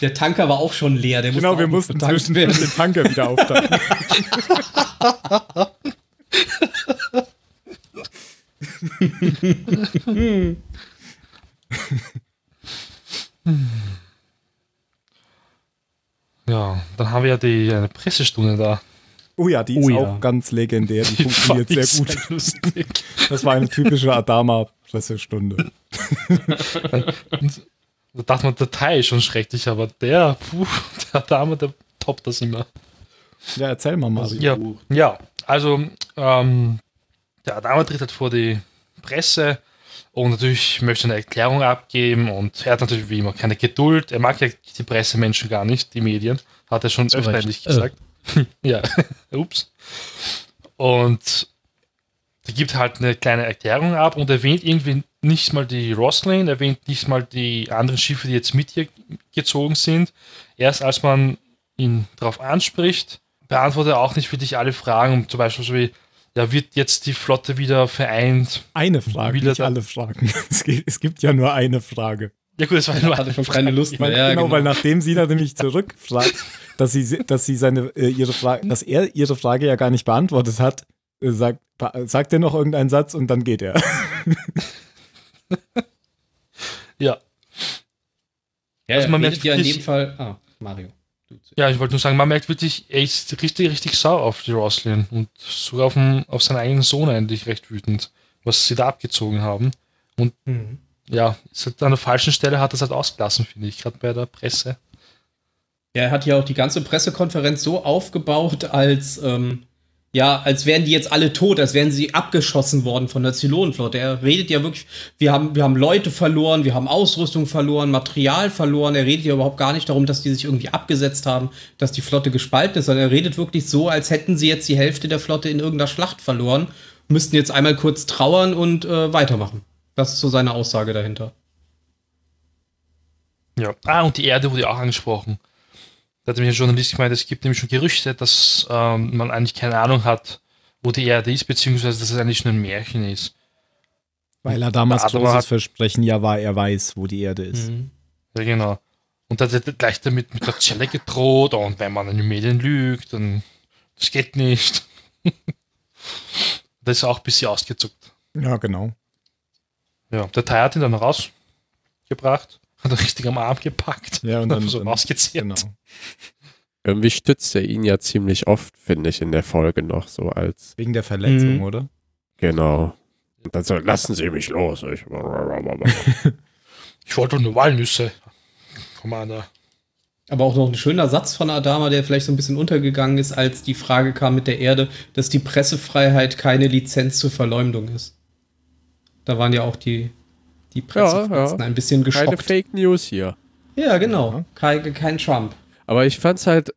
Speaker 2: Der Tanker war auch schon leer. Der
Speaker 1: Genau,
Speaker 2: musste auch noch betankt werden.
Speaker 1: den Tanker wieder auftanken.
Speaker 4: Ja, dann haben wir ja die eine Pressestunde da.
Speaker 1: Oh ja, die ist
Speaker 2: Oh ja.
Speaker 1: auch ganz legendär, die, funktioniert
Speaker 4: fand ich
Speaker 1: sehr gut.
Speaker 4: sehr lustig.
Speaker 1: Das war eine typische Adama-Pressestunde.
Speaker 4: Da dachte man, der Teil ist schon schrecklich, aber der, puh, der Dame, der toppt das immer.
Speaker 1: Ja, erzähl mal, Mario.
Speaker 4: Ja, ja also ähm, der Adama tritt halt vor die Presse und natürlich möchte er eine Erklärung abgeben und er hat natürlich wie immer keine Geduld. Er mag ja die Pressemenschen gar nicht, die Medien, hat er schon öfter
Speaker 2: Recht.
Speaker 4: eigentlich
Speaker 2: Äh.
Speaker 4: gesagt. ja, ups. Und er gibt halt eine kleine Erklärung ab und erwähnt irgendwie nicht mal die Roslane, erwähnt nicht mal die anderen Schiffe, die jetzt mit ihr gezogen sind. Erst als man ihn darauf anspricht, beantwortet er auch nicht wirklich alle Fragen. Zum Beispiel so wie, ja, wird jetzt die Flotte wieder vereint?
Speaker 1: Eine Frage,
Speaker 4: Wieder
Speaker 1: nicht
Speaker 4: da-
Speaker 1: alle Fragen. Es, geht, es gibt ja nur eine Frage.
Speaker 4: Ja gut, das war nur
Speaker 2: hatte
Speaker 4: eine
Speaker 2: schon keine Lust
Speaker 1: Ich
Speaker 2: mehr.
Speaker 1: meine,
Speaker 2: Ja,
Speaker 1: genau, weil nachdem sie da nämlich zurückfragt, dass sie, dass sie seine, äh, ihre Frage, dass er ihre Frage ja gar nicht beantwortet hat, äh, sagt, ba- sagt er noch irgendeinen Satz und dann geht er.
Speaker 4: Ja.
Speaker 2: ja,
Speaker 4: also
Speaker 2: also man
Speaker 4: man merkt
Speaker 2: redet ja in
Speaker 4: wirklich-
Speaker 2: dem Fall. Ah, Mario. Du zuerst.
Speaker 4: ja, ich wollte nur sagen, man merkt wirklich, er ist richtig, richtig sauer auf die Roslin und sogar auf, den, auf seinen eigenen Sohn eigentlich recht wütend, was sie da abgezogen haben.
Speaker 1: Hm.
Speaker 2: Mhm.
Speaker 4: Ja, ist halt an der falschen Stelle hat er es halt ausgelassen, finde ich, gerade bei der Presse.
Speaker 2: Ja, er hat ja auch die ganze Pressekonferenz so aufgebaut, als ähm, ja, als wären die jetzt alle tot, als wären sie abgeschossen worden von der Zylonenflotte. Er redet ja wirklich, wir haben, wir haben Leute verloren, wir haben Ausrüstung verloren, Material verloren. Er redet ja überhaupt gar nicht darum, dass die sich irgendwie abgesetzt haben, dass die Flotte gespalten ist, sondern er redet wirklich so, als hätten sie jetzt die Hälfte der Flotte in irgendeiner Schlacht verloren, müssten jetzt einmal kurz trauern und äh, weitermachen. Das ist so seine Aussage dahinter.
Speaker 4: Ja. Ah, und die Erde wurde auch angesprochen. Da hat nämlich ein Journalist gemeint, es gibt nämlich schon Gerüchte, dass ähm, man eigentlich keine Ahnung hat, wo die Erde ist, beziehungsweise dass es eigentlich nur ein Märchen ist.
Speaker 1: Weil er damals
Speaker 4: Aber
Speaker 1: großes
Speaker 4: hat-
Speaker 1: Versprechen ja war, er weiß, wo die Erde ist.
Speaker 4: Ja, genau. Und dann hat er gleich damit mit der Zelle gedroht und wenn man an die Medien lügt, dann das geht nicht. das ist auch ein bisschen ausgezuckt.
Speaker 1: Ja, genau.
Speaker 4: Ja, der Teil hat ihn dann rausgebracht, hat ihn richtig am Arm gepackt,
Speaker 1: Ja, und dann,
Speaker 4: so
Speaker 1: dann
Speaker 4: rausgezerrt.
Speaker 1: genau.
Speaker 3: Irgendwie stützt er ihn ja ziemlich oft, finde ich, in der Folge noch so als,
Speaker 1: Wegen der Verletzung,
Speaker 2: Mhm.
Speaker 1: oder?
Speaker 3: genau. Dann so, lassen Sie mich los. Ich,
Speaker 4: Ich wollte nur Walnüsse. Commander.
Speaker 2: Aber auch noch ein schöner Satz von Adama, der vielleicht so ein bisschen untergegangen ist, als die Frage kam mit der Erde, dass die Pressefreiheit keine Lizenz zur Verleumdung ist. Da waren ja auch die, die Pressefreiheiten
Speaker 3: ja.
Speaker 2: ein bisschen
Speaker 3: keine
Speaker 2: geschockt.
Speaker 3: Fake News hier.
Speaker 2: Ja, genau. Kein, kein Trump.
Speaker 3: Aber ich fand's halt,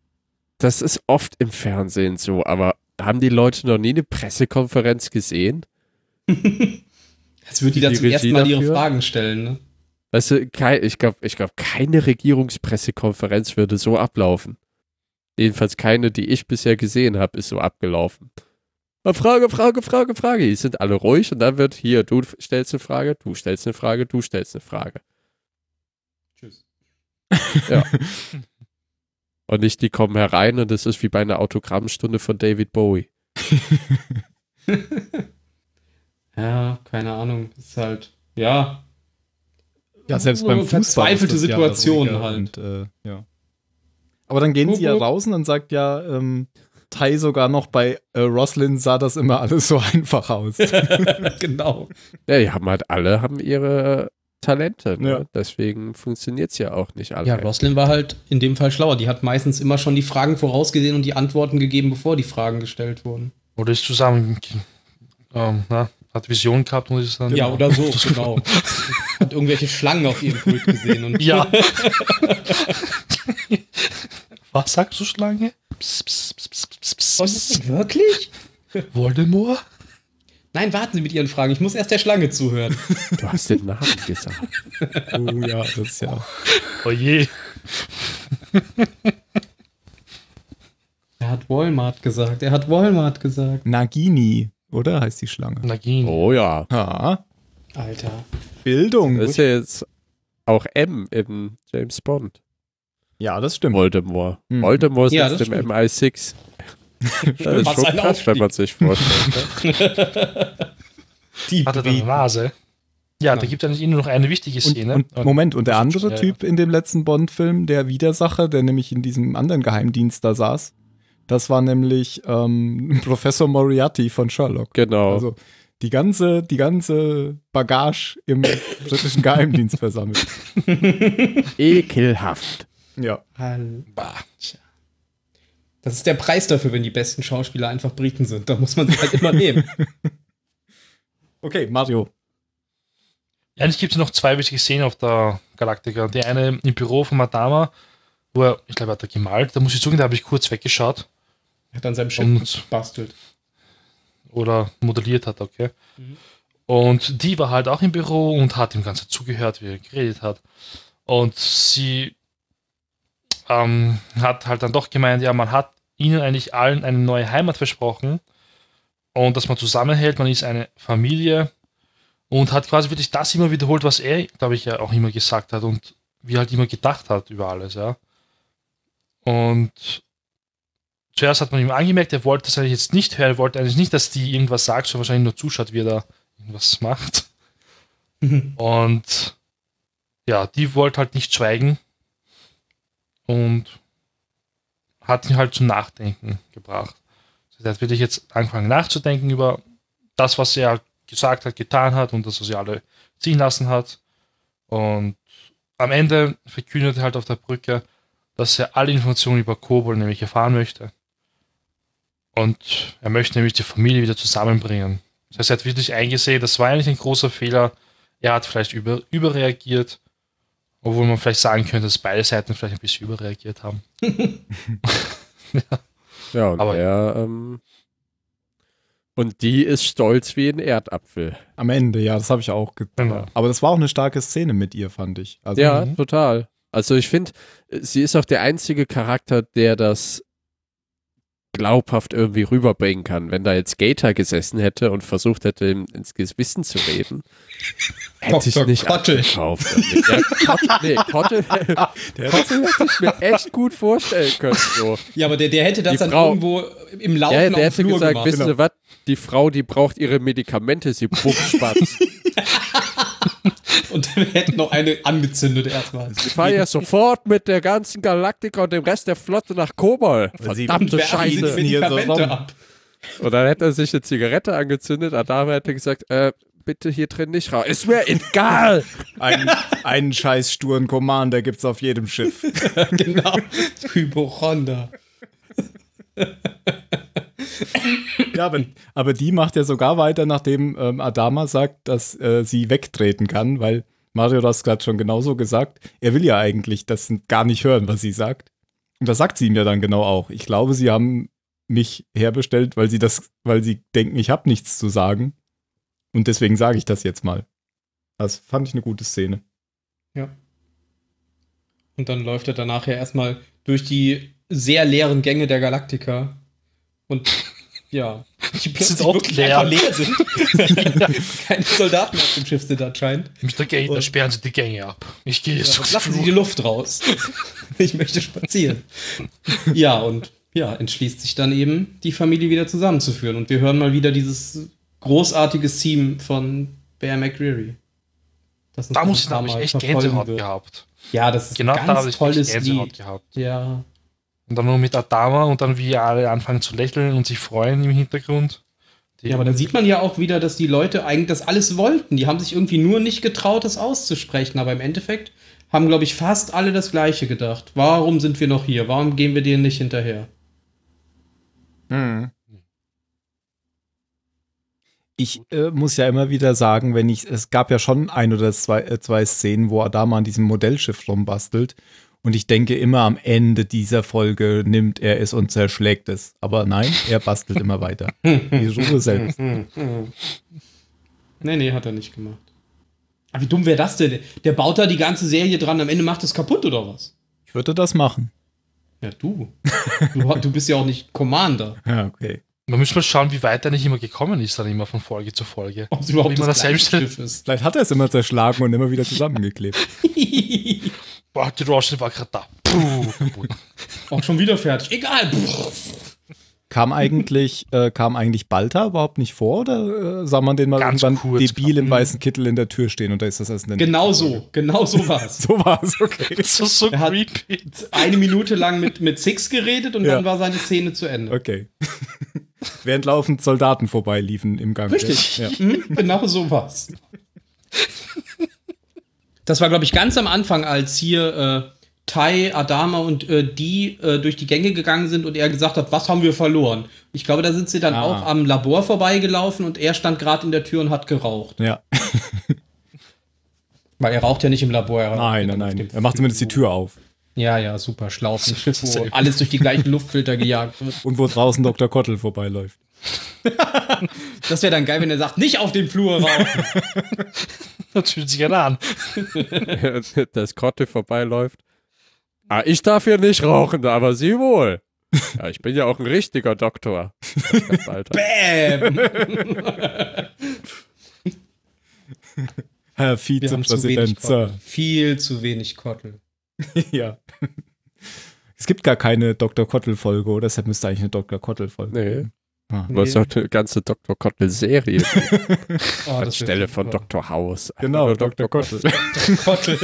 Speaker 3: das ist oft im Fernsehen so, aber haben die Leute noch nie eine Pressekonferenz gesehen?
Speaker 2: Jetzt wird die
Speaker 3: Die
Speaker 2: da zum ersten
Speaker 3: Regie
Speaker 2: Mal ihre
Speaker 3: dafür?
Speaker 2: Fragen stellen. Ne?
Speaker 3: Weißt du, kei- ich glaube, ich glaub, keine Regierungspressekonferenz würde so ablaufen. Jedenfalls keine, die ich bisher gesehen habe, ist so abgelaufen. Mal Frage, Frage, Frage, Frage. Die sind alle ruhig und dann wird hier, du stellst eine Frage, du stellst eine Frage, du stellst eine Frage.
Speaker 2: Tschüss.
Speaker 3: Und nicht, die kommen herein und das ist wie bei einer Autogrammstunde von David Bowie.
Speaker 2: Ja, keine Ahnung. Ist halt, ja.
Speaker 1: Ja, selbst beim
Speaker 2: So
Speaker 1: Fußball. ist
Speaker 2: verzweifelte
Speaker 1: das ja
Speaker 2: Situationen
Speaker 1: ruhiger
Speaker 2: halt.
Speaker 1: Und, äh, ja. Aber dann gehen sie ja
Speaker 2: Hup, hup.
Speaker 1: raus und dann sagt ja ähm, Tai sogar noch bei äh, Roslyn sah das immer alles so einfach aus.
Speaker 2: genau.
Speaker 3: Ja, die haben halt alle, haben ihre Talente. Ne?
Speaker 1: Ja.
Speaker 3: Deswegen funktioniert's ja auch nicht alle.
Speaker 2: Ja, Roslyn war halt in dem Fall schlauer. Die hat meistens immer schon die Fragen vorausgesehen und die Antworten gegeben, bevor die Fragen gestellt wurden.
Speaker 4: Oder ist zusammen. Ähm, na, hat Vision gehabt und ist dann.
Speaker 2: Ja, oder so, genau. Hat irgendwelche Schlangen auf ihrem Pult gesehen und
Speaker 4: Ja. Was sagst du, Schlange? Psst, psst, psst, psst, psst, psst, psst.
Speaker 2: Wirklich?
Speaker 4: Voldemort?
Speaker 2: Nein, warten Sie mit Ihren Fragen. Ich muss erst der Schlange zuhören.
Speaker 3: Du hast den Namen gesagt.
Speaker 1: oh ja, das ist ja.
Speaker 4: Oh je.
Speaker 2: Er hat Walmart gesagt. Er hat Walmart gesagt.
Speaker 1: Nagini, oder? Heißt die Schlange.
Speaker 4: Nagin.
Speaker 3: Oh ja.
Speaker 1: Ha,
Speaker 2: Alter.
Speaker 1: Bildung.
Speaker 3: Das ist ja jetzt auch M in James Bond.
Speaker 1: ja, das stimmt.
Speaker 3: Voldemort.
Speaker 1: Mhm.
Speaker 3: Voldemort
Speaker 2: Ja,
Speaker 3: sitzt
Speaker 2: das
Speaker 3: im
Speaker 2: stimmt.
Speaker 3: MI6. Das
Speaker 2: Was
Speaker 3: ist schon
Speaker 2: ein
Speaker 3: krass,
Speaker 2: Aufstieg.
Speaker 3: wenn man sich vorstellt. ne?
Speaker 2: Die
Speaker 4: Hat er dann eine Vase? Ja, da
Speaker 2: Nein.
Speaker 4: gibt es eigentlich eh nur noch eine wichtige
Speaker 1: Und,
Speaker 4: Szene.
Speaker 1: und Moment, und der andere
Speaker 4: ne? Ja, ja.
Speaker 1: Typ in dem letzten Bond-Film, der Widersacher, der nämlich in diesem anderen Geheimdienst da saß, das war nämlich ähm, Professor Moriarty von Sherlock.
Speaker 3: Genau.
Speaker 1: Also die ganze, die ganze Bagage im britischen Geheimdienst versammelt.
Speaker 3: Ekelhaft.
Speaker 1: Ja.
Speaker 2: Hall-
Speaker 4: Ah,
Speaker 2: Bah. Tja. Das ist der Preis dafür, wenn die besten Schauspieler einfach Briten sind. Da muss man sie halt immer nehmen.
Speaker 1: Okay, Mario.
Speaker 4: Eigentlich gibt es noch zwei wichtige Szenen auf der Galactica. Die eine im Büro von Madama, wo er, ich glaube, er hat da gemalt. Da muss ich zugeben, da habe ich kurz weggeschaut.
Speaker 2: Hat an seinem
Speaker 3: Um.
Speaker 2: Schiff
Speaker 4: Und
Speaker 2: gebastelt.
Speaker 4: oder modelliert hat, okay. Und die war halt auch im Büro und hat dem Ganzen zugehört, wie er geredet hat. Und sie ähm, hat halt dann doch gemeint, ja, man hat ihnen eigentlich allen eine neue Heimat versprochen und dass man zusammenhält, man ist eine Familie und hat quasi wirklich das immer wiederholt, was er, glaube ich, ja auch immer gesagt hat und wie er halt immer gedacht hat über alles, ja. Und zuerst hat man ihm angemerkt, er wollte das eigentlich jetzt nicht hören, er wollte eigentlich nicht, dass die irgendwas sagt, sondern wahrscheinlich nur zuschaut, wie er da irgendwas macht. Und ja, die wollte halt nicht schweigen und hat ihn halt zum Nachdenken gebracht. Das heißt, Er hat wirklich jetzt angefangen nachzudenken über das, was er gesagt hat, getan hat und das, was er alle ziehen lassen hat. Und am Ende verkündet er halt auf der Brücke, dass er alle Informationen über Kobol nämlich erfahren möchte. Und er möchte nämlich die Familie wieder zusammenbringen. Das heißt, er hat wirklich eingesehen, das war eigentlich ein großer Fehler. Er hat vielleicht über, überreagiert, obwohl man vielleicht sagen könnte, dass beide Seiten vielleicht ein bisschen überreagiert haben.
Speaker 3: Ja, und
Speaker 4: Aber-
Speaker 3: er, ähm, und die ist stolz wie ein Erdapfel.
Speaker 1: Am Ende, ja, das habe ich auch. Ge
Speaker 4: Genau.
Speaker 1: Aber das war auch eine starke Szene mit ihr, fand ich. Also,
Speaker 3: Ja,
Speaker 4: Mhm.
Speaker 3: total. Also ich finde, sie ist auch der einzige Charakter, der das glaubhaft irgendwie rüberbringen kann. Wenn da jetzt Gator gesessen hätte und versucht hätte, ihm ins Gewissen zu reden, hätte ich
Speaker 2: Dr.
Speaker 3: nicht
Speaker 2: Kotte.
Speaker 3: abgekauft. Ja, Kotte, nee, Kotte, Kotte hätte ich mir echt gut vorstellen können. So.
Speaker 2: Ja, aber der, der hätte das
Speaker 3: Die
Speaker 2: dann
Speaker 3: Frau-
Speaker 2: irgendwo im Laufen
Speaker 3: Ja,
Speaker 2: auf
Speaker 3: der
Speaker 2: dem
Speaker 3: hätte
Speaker 2: Flur gemacht.
Speaker 3: gesagt,
Speaker 2: genau.
Speaker 3: wissen Sie was, die Frau, die braucht ihre Medikamente, sie Bummspatz.
Speaker 2: Und wir hätten noch eine angezündet erstmal.
Speaker 3: Ich fahre ja sofort mit der ganzen Galaktika und dem Rest der Flotte nach Kobol.
Speaker 1: Sie-
Speaker 3: Verdammte
Speaker 1: Wer-
Speaker 3: Scheiße.
Speaker 1: hier so
Speaker 2: Medikamente
Speaker 1: rum.
Speaker 2: ab.
Speaker 3: Und dann hätte er sich eine Zigarette angezündet. Adama hätte gesagt, äh, bitte hier drin nicht raus. Ist mir egal.
Speaker 1: Ein, einen scheiß sturen Commander gibt's auf jedem Schiff.
Speaker 2: genau. Hypochonder.
Speaker 1: Ja, aber, aber die macht ja sogar weiter, nachdem ähm, Adama sagt, dass äh, sie wegtreten kann, weil Mario das gerade schon genauso gesagt. Er will ja eigentlich das gar nicht hören, was sie sagt. Und das sagt sie ihm ja dann genau auch. Ich glaube, sie haben mich herbestellt, weil sie das, weil sie denken, ich habe nichts zu sagen. Und deswegen sage ich das jetzt mal. Das fand ich eine gute Szene.
Speaker 2: Und dann läuft er danach ja erstmal durch die sehr leeren Gänge der Galaktiker. Und ja, die plötzlich
Speaker 4: auch
Speaker 2: wirklich
Speaker 4: leer.
Speaker 2: einfach leer sind. Keine Soldaten auf dem Schiff sind anscheinend.
Speaker 4: Mr. Gator, sperren Sie also die Gänge ab. Ich gehe jetzt
Speaker 2: Ja,
Speaker 4: aufs
Speaker 2: lassen Sie
Speaker 4: Flur.
Speaker 2: die Luft raus. Ich möchte spazieren. Ja, und ja, entschließt sich dann eben, die Familie wieder zusammenzuführen. Und wir hören mal wieder dieses großartige Theme von Bear McCreary. Das uns
Speaker 4: Da
Speaker 2: noch
Speaker 4: muss
Speaker 2: ein
Speaker 4: ich, da
Speaker 2: paar
Speaker 4: habe ich
Speaker 2: Mal
Speaker 4: echt
Speaker 2: verfolgen
Speaker 4: Gänsehaut
Speaker 2: wird.
Speaker 4: gehabt.
Speaker 2: Ja, das ist
Speaker 4: Genau
Speaker 2: ein
Speaker 4: da habe
Speaker 2: ganz
Speaker 4: ich echt
Speaker 2: tolles
Speaker 4: Gänsehaut
Speaker 2: Lied.
Speaker 4: gehabt.
Speaker 2: Ja,
Speaker 4: Und dann nur mit Adama und dann wie alle anfangen zu lächeln und sich freuen im Hintergrund. Die-
Speaker 2: Ja, aber dann sieht man ja auch wieder, dass die Leute eigentlich das alles wollten. Die haben sich irgendwie nur nicht getraut, das auszusprechen. Aber im Endeffekt haben, glaube ich, fast alle das Gleiche gedacht. Warum sind wir noch hier? Warum gehen wir denen nicht hinterher?
Speaker 1: Mhm. Ich äh, muss ja immer wieder sagen, wenn ich, es gab ja schon ein oder zwei, äh, zwei Szenen, wo Adama an diesem Modellschiff rumbastelt. Und ich denke immer am Ende dieser Folge nimmt er es und zerschlägt es. Aber nein, er bastelt immer weiter. Die Ruhe selbst.
Speaker 2: Nee, nee, hat er nicht gemacht. Aber wie dumm wäre das denn? Der baut da die ganze Serie dran, am Ende macht es kaputt oder was?
Speaker 1: Ich würde das machen.
Speaker 2: Ja, du. Du, du bist ja auch nicht Commander.
Speaker 1: Ja, okay.
Speaker 4: Man muss mal schauen, wie weit er nicht immer gekommen ist, dann immer von Folge zu Folge.
Speaker 2: Ob es überhaupt
Speaker 4: Wie man das
Speaker 2: gleiche
Speaker 4: selbst-
Speaker 2: Schiff ist.
Speaker 1: Vielleicht hat er es immer zerschlagen und immer wieder zusammengeklebt.
Speaker 4: Boah, die Roche war gerade da. Puh, kaputt.
Speaker 2: auch schon wieder fertig. Egal.
Speaker 1: Kam eigentlich, äh, kam eigentlich Balta überhaupt nicht vor oder äh, sah man den mal
Speaker 4: Ganz
Speaker 1: irgendwann
Speaker 4: kurz,
Speaker 1: debil im weißen Kittel in der Tür stehen und da ist das erst in der
Speaker 2: Genau so. Genau so war es.
Speaker 1: So war es, okay.
Speaker 4: das ist so
Speaker 2: Er hat-
Speaker 4: creepy.
Speaker 2: eine Minute lang mit, mit Six geredet und
Speaker 1: Ja.
Speaker 2: dann war seine Szene zu Ende.
Speaker 1: Okay. Während laufend Soldaten vorbeiliefen im Gang.
Speaker 2: Richtig.
Speaker 1: Ja.
Speaker 2: Hm? Genau so war's. Das war, glaube ich, ganz am Anfang, als hier äh, Tai, Adama und äh, die äh, durch die Gänge gegangen sind und er gesagt hat, was haben wir verloren? Ich glaube, da sind sie dann
Speaker 1: Ah.
Speaker 2: auch am Labor vorbeigelaufen und er stand gerade in der Tür und hat geraucht.
Speaker 1: ja.
Speaker 2: Weil er raucht ja nicht im Labor. Er raucht
Speaker 1: Nein,
Speaker 2: ja
Speaker 1: nein,
Speaker 2: auf
Speaker 1: nein.
Speaker 2: dem
Speaker 1: Er macht zumindest die Tür auf.
Speaker 2: Ja, ja, super schlau. auf dem Schiff, wo
Speaker 4: Sehr.
Speaker 2: alles durch die gleichen Luftfilter gejagt wird.
Speaker 1: Und wo draußen Dr. Kottel vorbeiläuft.
Speaker 2: Das wäre dann geil, wenn er sagt, nicht auf dem Flur rauchen.
Speaker 4: Das fühlt sich einer an.
Speaker 3: dass Kotte vorbeiläuft. Ah, ich darf hier nicht rauchen, aber Sie wohl. Ja, ich bin ja auch ein richtiger Doktor. Alter.
Speaker 2: Bäm!
Speaker 1: Herr
Speaker 2: Wir haben zu wenig
Speaker 1: Vizepräsident,
Speaker 2: Kottel.
Speaker 1: Sir.
Speaker 2: Viel zu wenig Kottel.
Speaker 1: ja. Es gibt gar keine Dr. Kottel-Folge, oder? Deshalb müsste eigentlich eine Dr. Kottel-Folge
Speaker 3: Nee.
Speaker 1: geben. Ah.
Speaker 3: Aber es ist doch eine ganze Dr. Kottel-Serie
Speaker 2: Oh, das
Speaker 3: anstelle
Speaker 2: wird
Speaker 3: von
Speaker 2: super.
Speaker 3: Dr. House.
Speaker 1: Genau,
Speaker 3: Einfach nur
Speaker 1: Dr. Kottel.
Speaker 2: Kottel.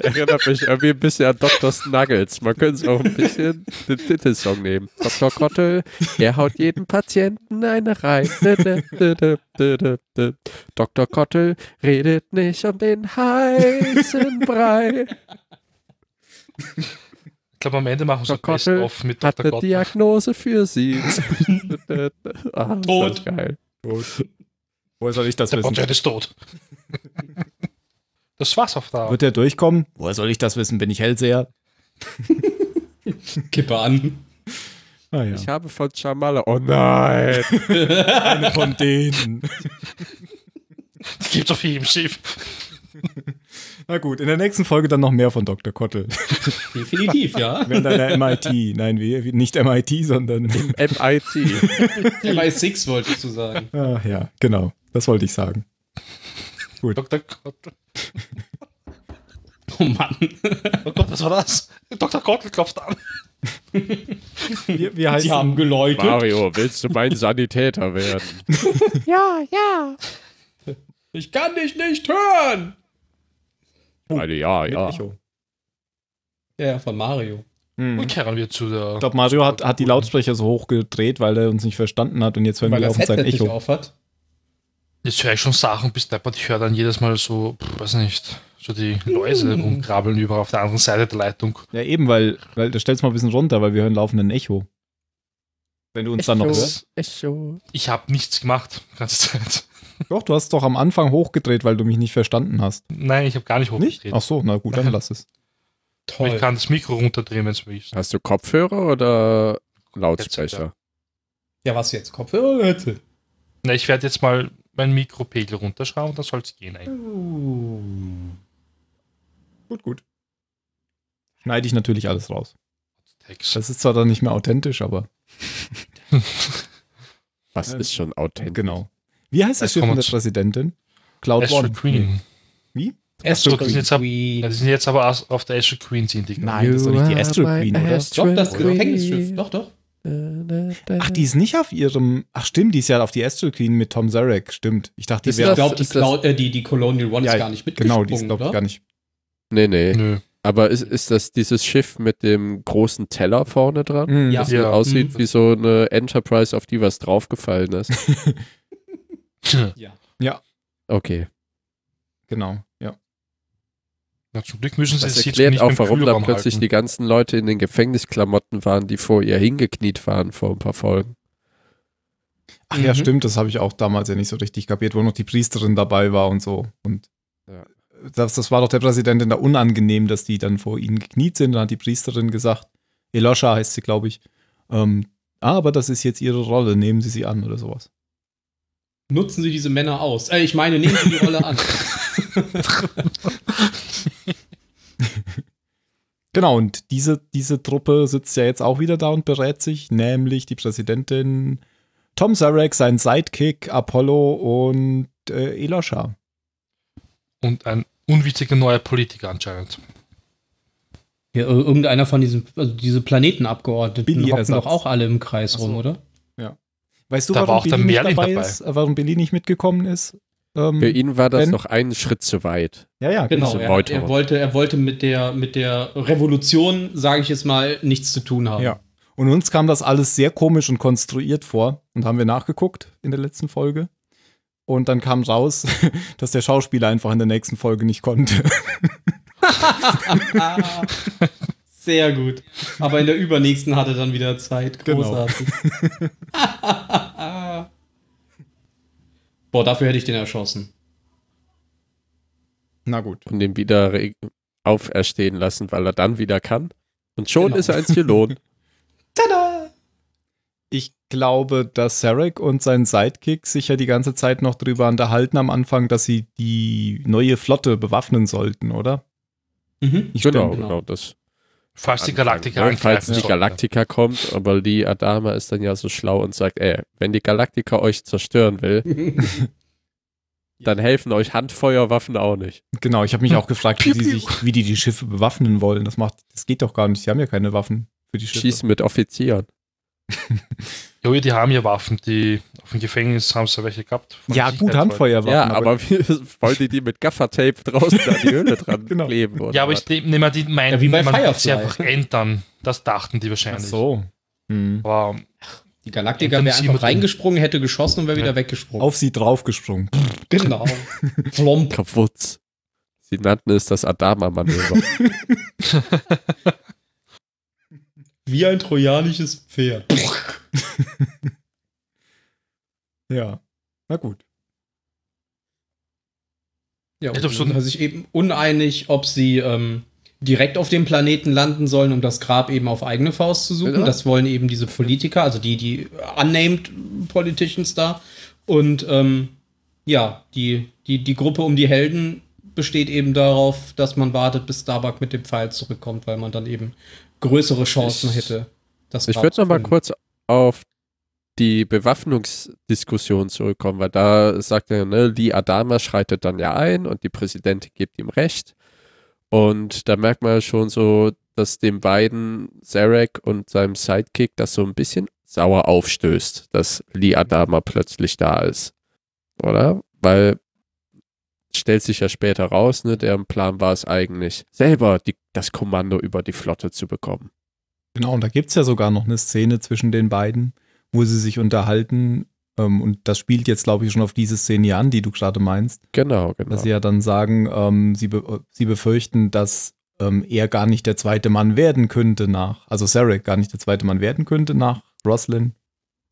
Speaker 3: Erinnert mich irgendwie ein bisschen an Dr. Snuggles. Man könnte es auch ein bisschen den Titelsong nehmen. Dr. Kottel, er haut jeden Patienten eine rein. Dö, dö, dö, dö, dö, dö, dö. Dr. Kottel redet nicht um den heißen Brei.
Speaker 4: Ich glaube, am Ende machen wir so
Speaker 3: Dr.
Speaker 4: ein
Speaker 3: Kottel
Speaker 4: off mit
Speaker 3: hat
Speaker 4: Dr.
Speaker 3: eine
Speaker 4: Kottel.
Speaker 3: Diagnose für sie. ah,
Speaker 2: Tot.
Speaker 3: Tot. Geil.
Speaker 1: Woher soll ich das
Speaker 4: Der
Speaker 1: wissen?
Speaker 4: Botjan ist tot. Das war's auf da.
Speaker 1: Wird er durchkommen? Woher soll ich das wissen? Bin ich Hellseher?
Speaker 2: Kippe an.
Speaker 1: Ah ja,
Speaker 3: Ich habe von Chamala. Oh nein.
Speaker 1: eine von denen.
Speaker 4: Das gibt's auf jedem Schiff.
Speaker 1: Na gut, in der nächsten Folge dann noch mehr von Dr. Kottel.
Speaker 2: Definitiv, ja.
Speaker 1: Wenn deiner MIT, nein, wie, wie- nicht MIT, sondern
Speaker 3: MIT.
Speaker 2: MI6 wolltest du sagen.
Speaker 1: Ah, ja, genau. Das wollte ich sagen.
Speaker 4: Dr. Kottel.
Speaker 2: Oh Mann.
Speaker 4: Oh Gott, was war das? Dr. Kottel klopft an.
Speaker 1: Wir, wir
Speaker 2: Sie haben geläutet.
Speaker 3: Mario, willst du mein Sanitäter werden?
Speaker 2: Ich kann dich nicht hören.
Speaker 3: Eine, ja, ja.
Speaker 2: Ja, ja, von Mario.
Speaker 4: Und kehren wir zu der.
Speaker 1: Hm. Ich glaube, Mario hat, hat die Lautsprecher so hoch gedreht, weil er uns nicht verstanden hat und jetzt hören
Speaker 2: Weil
Speaker 1: wir
Speaker 2: er
Speaker 1: auf sein
Speaker 2: Headset nicht
Speaker 1: Echo.
Speaker 2: auf hat.
Speaker 4: Jetzt höre ich schon Sachen bis deppert. Ich höre dann jedes Mal so, pff, weiß nicht, so die Läuse rumkrabbeln über auf der anderen Seite der Leitung.
Speaker 1: Mhm. Ja, eben, weil, weil da stell's mal ein bisschen runter, weil wir hören laufenden Echo. Wenn du uns dann noch
Speaker 3: Echo.
Speaker 1: hörst.
Speaker 3: Echo.
Speaker 4: Ich habe nichts gemacht, die ganze Zeit.
Speaker 1: Doch, du hast doch am Anfang hochgedreht, weil du mich nicht verstanden hast.
Speaker 4: Nein, ich habe gar nicht
Speaker 1: Nicht?
Speaker 4: hochgedreht.
Speaker 1: Ach so, na gut, dann lass es.
Speaker 4: Aber
Speaker 2: Toll.
Speaker 4: ich kann das Mikro runterdrehen, wenn es willst.
Speaker 3: Hast du Kopfhörer oder Lautsprecher?
Speaker 2: Ja, was jetzt? Kopfhörer? Bitte.
Speaker 4: Na, ich werde jetzt mal mein Mikropegel runterschrauben, dann soll es gehen eigentlich.
Speaker 1: Gut, gut. Schneide ich natürlich alles raus.
Speaker 4: Text.
Speaker 1: Das ist zwar dann nicht mehr authentisch, aber
Speaker 3: Was
Speaker 1: Ja.
Speaker 3: ist schon authentisch?
Speaker 1: genau. Wie heißt das
Speaker 4: Jetzt
Speaker 1: Schiff von
Speaker 4: kommen
Speaker 1: der
Speaker 4: wir zu-
Speaker 1: Präsidentin? Cloud
Speaker 4: Astral
Speaker 1: One.
Speaker 4: Queen.
Speaker 2: Astro
Speaker 4: so, das ist jetzt ab- Ja,
Speaker 2: Queen.
Speaker 4: die sind jetzt aber erst auf der Astral Queen sind die.
Speaker 1: Nein, das ist doch nicht die Astral Queen, oder?
Speaker 2: Doch, das Gefängnisschiff. Doch, doch.
Speaker 3: Ähm.
Speaker 1: Ach, die ist nicht auf ihrem. Ach, stimmt, die ist ja auf die Astral Queen mit Tom Zarek. Stimmt. Ich dachte, die
Speaker 3: Ist
Speaker 1: wäre.
Speaker 2: Ich
Speaker 3: das-
Speaker 2: glaube, die,
Speaker 3: ist das-
Speaker 2: Cloud- äh, die, die Colonial One
Speaker 1: Ja,
Speaker 2: ist gar nicht
Speaker 1: Genau,
Speaker 2: mitgesprungen,
Speaker 1: die ist, glaube ich,
Speaker 2: oder?
Speaker 1: gar nicht.
Speaker 3: Nee, nee.
Speaker 4: Nö.
Speaker 3: Aber ist, ist das dieses Schiff mit dem großen Teller vorne dran?
Speaker 1: Mhm.
Speaker 2: Ja.
Speaker 3: Das so
Speaker 4: Ja.
Speaker 3: aussieht
Speaker 2: Mhm.
Speaker 3: wie so eine Enterprise, auf die was draufgefallen ist. Okay.
Speaker 1: Genau, ja.
Speaker 4: Na, zum Glück müssen sie
Speaker 3: Das,
Speaker 4: es jetzt
Speaker 3: erklärt
Speaker 4: nicht
Speaker 3: auch,
Speaker 4: im
Speaker 3: warum da
Speaker 4: Kühlraum
Speaker 3: plötzlich die
Speaker 4: halten.
Speaker 3: ganzen Leute in den Gefängnisklamotten waren, die vor ihr hingekniet waren vor ein paar Folgen.
Speaker 1: Ach ja,
Speaker 2: Mhm.
Speaker 1: stimmt, das habe ich auch damals ja nicht so richtig kapiert, wo noch die Priesterin dabei war und so. Und äh,
Speaker 3: Ja.
Speaker 1: das, das war doch der Präsidentin da unangenehm, dass die dann vor ihnen gekniet sind. Dann hat die Priesterin gesagt, Elosha heißt sie, glaube ich. Ähm, ah, aber das ist jetzt ihre Rolle, nehmen Sie sie an oder sowas.
Speaker 2: Nutzen Sie diese Männer aus. Äh, ich meine, nehmen Sie die Rolle an.
Speaker 1: Genau, und diese, diese Truppe sitzt ja jetzt auch wieder da und berät sich, nämlich die Präsidentin Tom Zarek, sein Sidekick Apollo und äh, Elosha.
Speaker 4: Und ein unwitziger neuer Politiker anscheinend.
Speaker 2: Ja, ir- irgendeiner von diesen, also diese Planetenabgeordneten
Speaker 1: Billy
Speaker 2: hocken
Speaker 1: Ersatz.
Speaker 2: doch auch alle im Kreis
Speaker 1: Ach so.
Speaker 2: rum, oder?
Speaker 1: Weißt du,
Speaker 4: Da war
Speaker 1: warum
Speaker 4: auch der
Speaker 1: Billy nicht
Speaker 4: Merlin
Speaker 1: dabei,
Speaker 4: dabei.
Speaker 1: ist? Äh, Warum Billy nicht mitgekommen ist? Ähm,
Speaker 3: Für ihn war das
Speaker 1: Ben?
Speaker 3: noch einen Schritt zu weit.
Speaker 1: ja, ja,
Speaker 2: Genau,
Speaker 3: diese
Speaker 2: er,
Speaker 3: Meuterung.
Speaker 2: er, wollte, er wollte mit der, mit der Revolution, sage ich jetzt mal, nichts zu tun haben.
Speaker 1: Ja. Und uns kam das alles sehr komisch und konstruiert vor und haben wir nachgeguckt in der letzten Folge. Und dann kam raus, dass der Schauspieler einfach in der nächsten Folge nicht konnte.
Speaker 2: Ah, sehr gut. Aber in der übernächsten hatte dann wieder Zeit.
Speaker 1: Genau.
Speaker 2: Großartig. Boah, dafür hätte ich den erschossen.
Speaker 1: Na gut.
Speaker 3: Und ihn wieder re- auferstehen lassen, weil er dann wieder kann. Und schon
Speaker 2: Genau.
Speaker 3: ist er ein Zylon.
Speaker 2: Tada!
Speaker 1: Ich glaube, dass Sarek und sein Sidekick sich ja die ganze Zeit noch drüber unterhalten am Anfang, dass sie die neue Flotte bewaffnen sollten, oder?
Speaker 2: Mhm.
Speaker 1: Ich
Speaker 3: genau,
Speaker 1: stimme.
Speaker 3: genau. Das
Speaker 4: Falls die Galaktiker
Speaker 3: Ja,
Speaker 4: angreifen ne?
Speaker 3: Falls die
Speaker 4: sollten.
Speaker 3: Galaktiker kommt, aber die Adama ist dann ja so schlau und sagt, ey, wenn die Galaktiker euch zerstören will, dann helfen euch Handfeuerwaffen auch nicht.
Speaker 1: Genau, ich habe mich auch gefragt, wie,
Speaker 4: Piu,
Speaker 1: die
Speaker 4: piu.
Speaker 1: sich, wie die die Schiffe bewaffnen wollen. Das macht, das geht doch gar nicht. Sie haben ja keine Waffen für die Schiffe.
Speaker 3: Schießen mit Offizieren.
Speaker 4: Jo, die haben ja Waffen, die auf dem Gefängnis haben sie welche gehabt. Von
Speaker 1: Ja, gut,
Speaker 4: Sicherheitsleuten.
Speaker 1: Handfeuerwaffen.
Speaker 3: Ja, aber wie wollen die die mit Gaffertape draußen an die Höhle dran
Speaker 1: Genau.
Speaker 3: kleben? Oder
Speaker 4: Ja, aber
Speaker 3: was?
Speaker 4: ich nehme mal die meinen,
Speaker 2: Ja, wie bei
Speaker 4: man wird sie
Speaker 2: Firefly.
Speaker 4: einfach entern. Das dachten die
Speaker 1: Ach
Speaker 4: wahrscheinlich.
Speaker 1: so. Hm.
Speaker 4: Aber
Speaker 2: Die Galaktiker
Speaker 4: Dann
Speaker 2: wäre
Speaker 4: sie
Speaker 2: einfach
Speaker 4: mit-
Speaker 2: reingesprungen, hätte geschossen und wäre wieder
Speaker 4: Ja.
Speaker 2: weggesprungen.
Speaker 1: Auf sie draufgesprungen.
Speaker 2: genau. Flomp.
Speaker 3: Kaputt. Sie nannten es das Adama-Manöver.
Speaker 2: Wie ein trojanisches Pferd.
Speaker 1: Ja. Na gut.
Speaker 2: Ja,
Speaker 4: Ich
Speaker 2: und
Speaker 4: glaub, so
Speaker 2: sind
Speaker 4: ein-
Speaker 2: sich eben uneinig, ob sie ähm, direkt auf dem Planeten landen sollen, um das Grab eben auf eigene Faust zu suchen.
Speaker 3: Ja.
Speaker 2: Das wollen eben diese Politiker, also die, die unnamed Politicians da. Und ähm, ja, die, die, die Gruppe um die Helden besteht eben darauf, dass man wartet, bis Starbuck mit dem Pfeil zurückkommt, weil man dann eben größere Chancen
Speaker 4: Ich-
Speaker 2: hätte. Das
Speaker 3: Ich
Speaker 2: Grab
Speaker 3: würde
Speaker 2: zu
Speaker 3: noch mal
Speaker 2: finden.
Speaker 3: kurz auf die Bewaffnungsdiskussion zurückkommen, weil da sagt er, ne, Lee Adama schreitet dann ja ein und die Präsidentin gibt ihm recht. Und da merkt man schon so, dass dem beiden Zarek und seinem Sidekick das so ein bisschen sauer aufstößt, dass Lee Adama plötzlich da ist. Oder? Weil stellt sich ja später raus, ne, deren Plan war es eigentlich, selber die, das Kommando über die Flotte zu bekommen.
Speaker 1: Genau, und da gibt es ja sogar noch eine Szene zwischen den beiden, wo sie sich unterhalten, Ähm, und das spielt jetzt, glaube ich, schon auf diese Szene hier an, die du gerade meinst,
Speaker 3: Genau, genau.
Speaker 1: dass sie ja dann sagen, ähm, sie, be sie befürchten, dass ähm, er gar nicht der zweite Mann werden könnte nach, also Sarek gar nicht der zweite Mann werden könnte nach Roslyn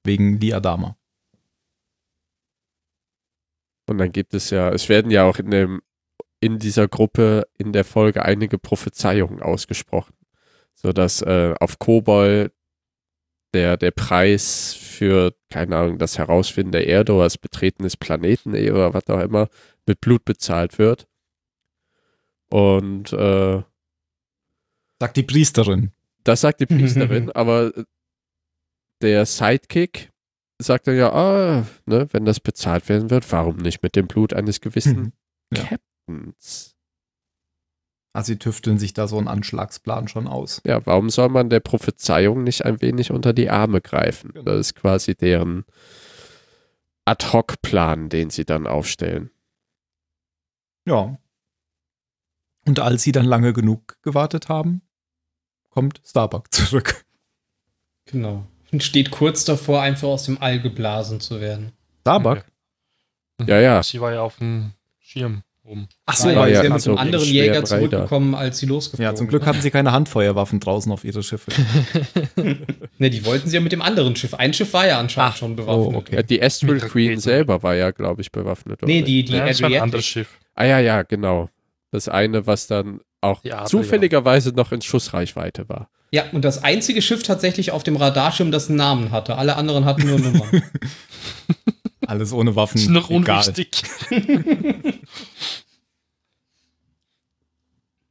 Speaker 1: wegen Lee Adama.
Speaker 3: Und dann gibt es ja, es werden ja auch in dem, in dieser Gruppe in der Folge einige Prophezeiungen ausgesprochen. So dass äh, auf Kobol der, der Preis für, keine Ahnung, das Herausfinden der Erde oder das Betreten des Planeten eh, oder was auch immer, mit Blut bezahlt wird. Und äh,
Speaker 1: Sagt die Priesterin.
Speaker 3: das sagt die Priesterin, aber der Sidekick sagt dann ja, ah, ne, wenn das bezahlt werden wird, warum nicht mit dem Blut eines gewissen
Speaker 1: Ja.
Speaker 3: Captains?
Speaker 1: Also sie tüfteln sich da so einen Anschlagsplan schon aus.
Speaker 3: Ja, warum soll man der Prophezeiung nicht ein wenig unter die Arme greifen?
Speaker 1: Genau.
Speaker 3: Das ist quasi deren Ad-Hoc-Plan, den sie dann aufstellen.
Speaker 1: Ja. Und als sie dann lange genug gewartet haben, kommt Starbuck zurück.
Speaker 2: Genau. Und steht kurz davor, einfach aus dem All geblasen zu werden.
Speaker 1: Starbuck?
Speaker 3: Ja, ja.
Speaker 4: Sie war ja auf dem Schirm oben.
Speaker 1: Ach
Speaker 2: Weil
Speaker 3: ja,
Speaker 2: sie
Speaker 3: ja,
Speaker 2: mit
Speaker 3: also
Speaker 2: einem anderen
Speaker 3: schweren
Speaker 2: Jäger
Speaker 3: Reiter.
Speaker 2: zurückgekommen, als sie losgeflogen
Speaker 1: Ja, zum Glück hatten sie keine Handfeuerwaffen draußen auf ihre Schiffe.
Speaker 2: Ne, die wollten sie ja mit dem anderen Schiff. Ein Schiff war ja anscheinend schon bewaffnet.
Speaker 1: oh, okay.
Speaker 3: Ja, Äh, Die Astral
Speaker 4: Mit
Speaker 3: Queen
Speaker 4: Raketen.
Speaker 3: selber war ja, glaube ich, bewaffnet.
Speaker 2: Nee,
Speaker 3: oder?
Speaker 2: die, die
Speaker 4: ja, das war ein anderes
Speaker 2: Adriatic.
Speaker 4: Schiff.
Speaker 3: Ah ja, ja, genau. Das eine, was dann auch
Speaker 4: Die Adler,
Speaker 3: zufälligerweise noch in Schussreichweite war.
Speaker 2: Ja, und das einzige Schiff tatsächlich auf dem Radarschirm, das einen Namen hatte. Alle anderen hatten nur Nummern.
Speaker 1: Alles ohne Waffen.
Speaker 4: Ist noch
Speaker 1: egal.
Speaker 4: unwichtig.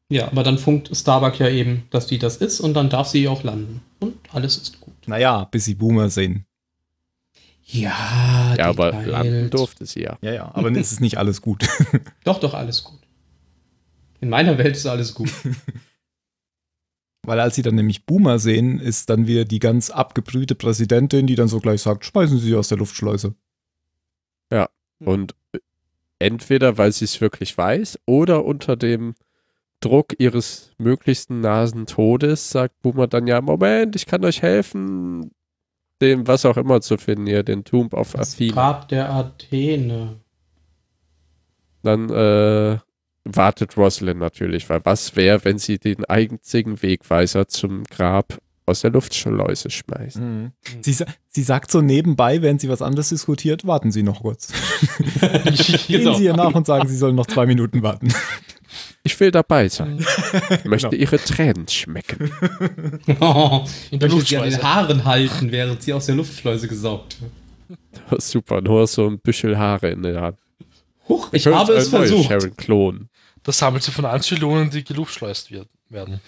Speaker 2: ja, aber dann funkt Starbuck ja eben, dass die das ist und dann darf sie auch landen. Und alles ist gut.
Speaker 1: Naja, bis sie Boomer sehen.
Speaker 2: Ja,
Speaker 3: Ja, aber
Speaker 2: Details.
Speaker 3: landen durfte sie ja.
Speaker 1: Ja, ja, aber es ist nicht alles gut.
Speaker 2: Doch, doch, alles gut. In meiner Welt ist alles gut.
Speaker 1: Weil als sie dann nämlich Boomer sehen, ist dann wieder die ganz abgebrühte Präsidentin, die dann so gleich sagt, schmeißen Sie sie aus der Luftschleuse.
Speaker 2: Hm.
Speaker 3: Und äh, entweder, weil sie es wirklich weiß, oder unter dem Druck ihres möglichsten nasen Todes sagt Boomer dann ja, Moment, ich kann euch helfen, den was auch immer zu finden hier, den Tomb of
Speaker 2: Das
Speaker 3: Athena.
Speaker 2: Grab der Athene.
Speaker 3: Dann äh, wartet Rosalind natürlich, weil was wäre, wenn sie den einzigen Wegweiser zum Grab aus der Luftschleuse schmeißt?
Speaker 2: Hm.
Speaker 1: Sie, sa- sie sagt so nebenbei, während sie was anderes diskutiert, warten Sie noch kurz. Gehen
Speaker 2: Genau.
Speaker 1: Sie ihr nach und sagen, Sie sollen noch zwei Minuten warten.
Speaker 3: Ich will dabei sein.
Speaker 2: Hm.
Speaker 3: Ich möchte
Speaker 2: Genau.
Speaker 3: ihre Tränen schmecken.
Speaker 2: Oh, in
Speaker 4: der
Speaker 2: möchte sie an den
Speaker 4: Luftschleuse.
Speaker 2: Haaren halten, während sie aus der Luftschleuse gesaugt wird.
Speaker 3: Super, nur so ein Büschel Haare in der Hand.
Speaker 2: Huch, ich habe es
Speaker 3: Eine neue
Speaker 2: versucht.
Speaker 3: Sharon Klon.
Speaker 4: Das sammelt sie von Antilonen, die geluftschleust wird, werden.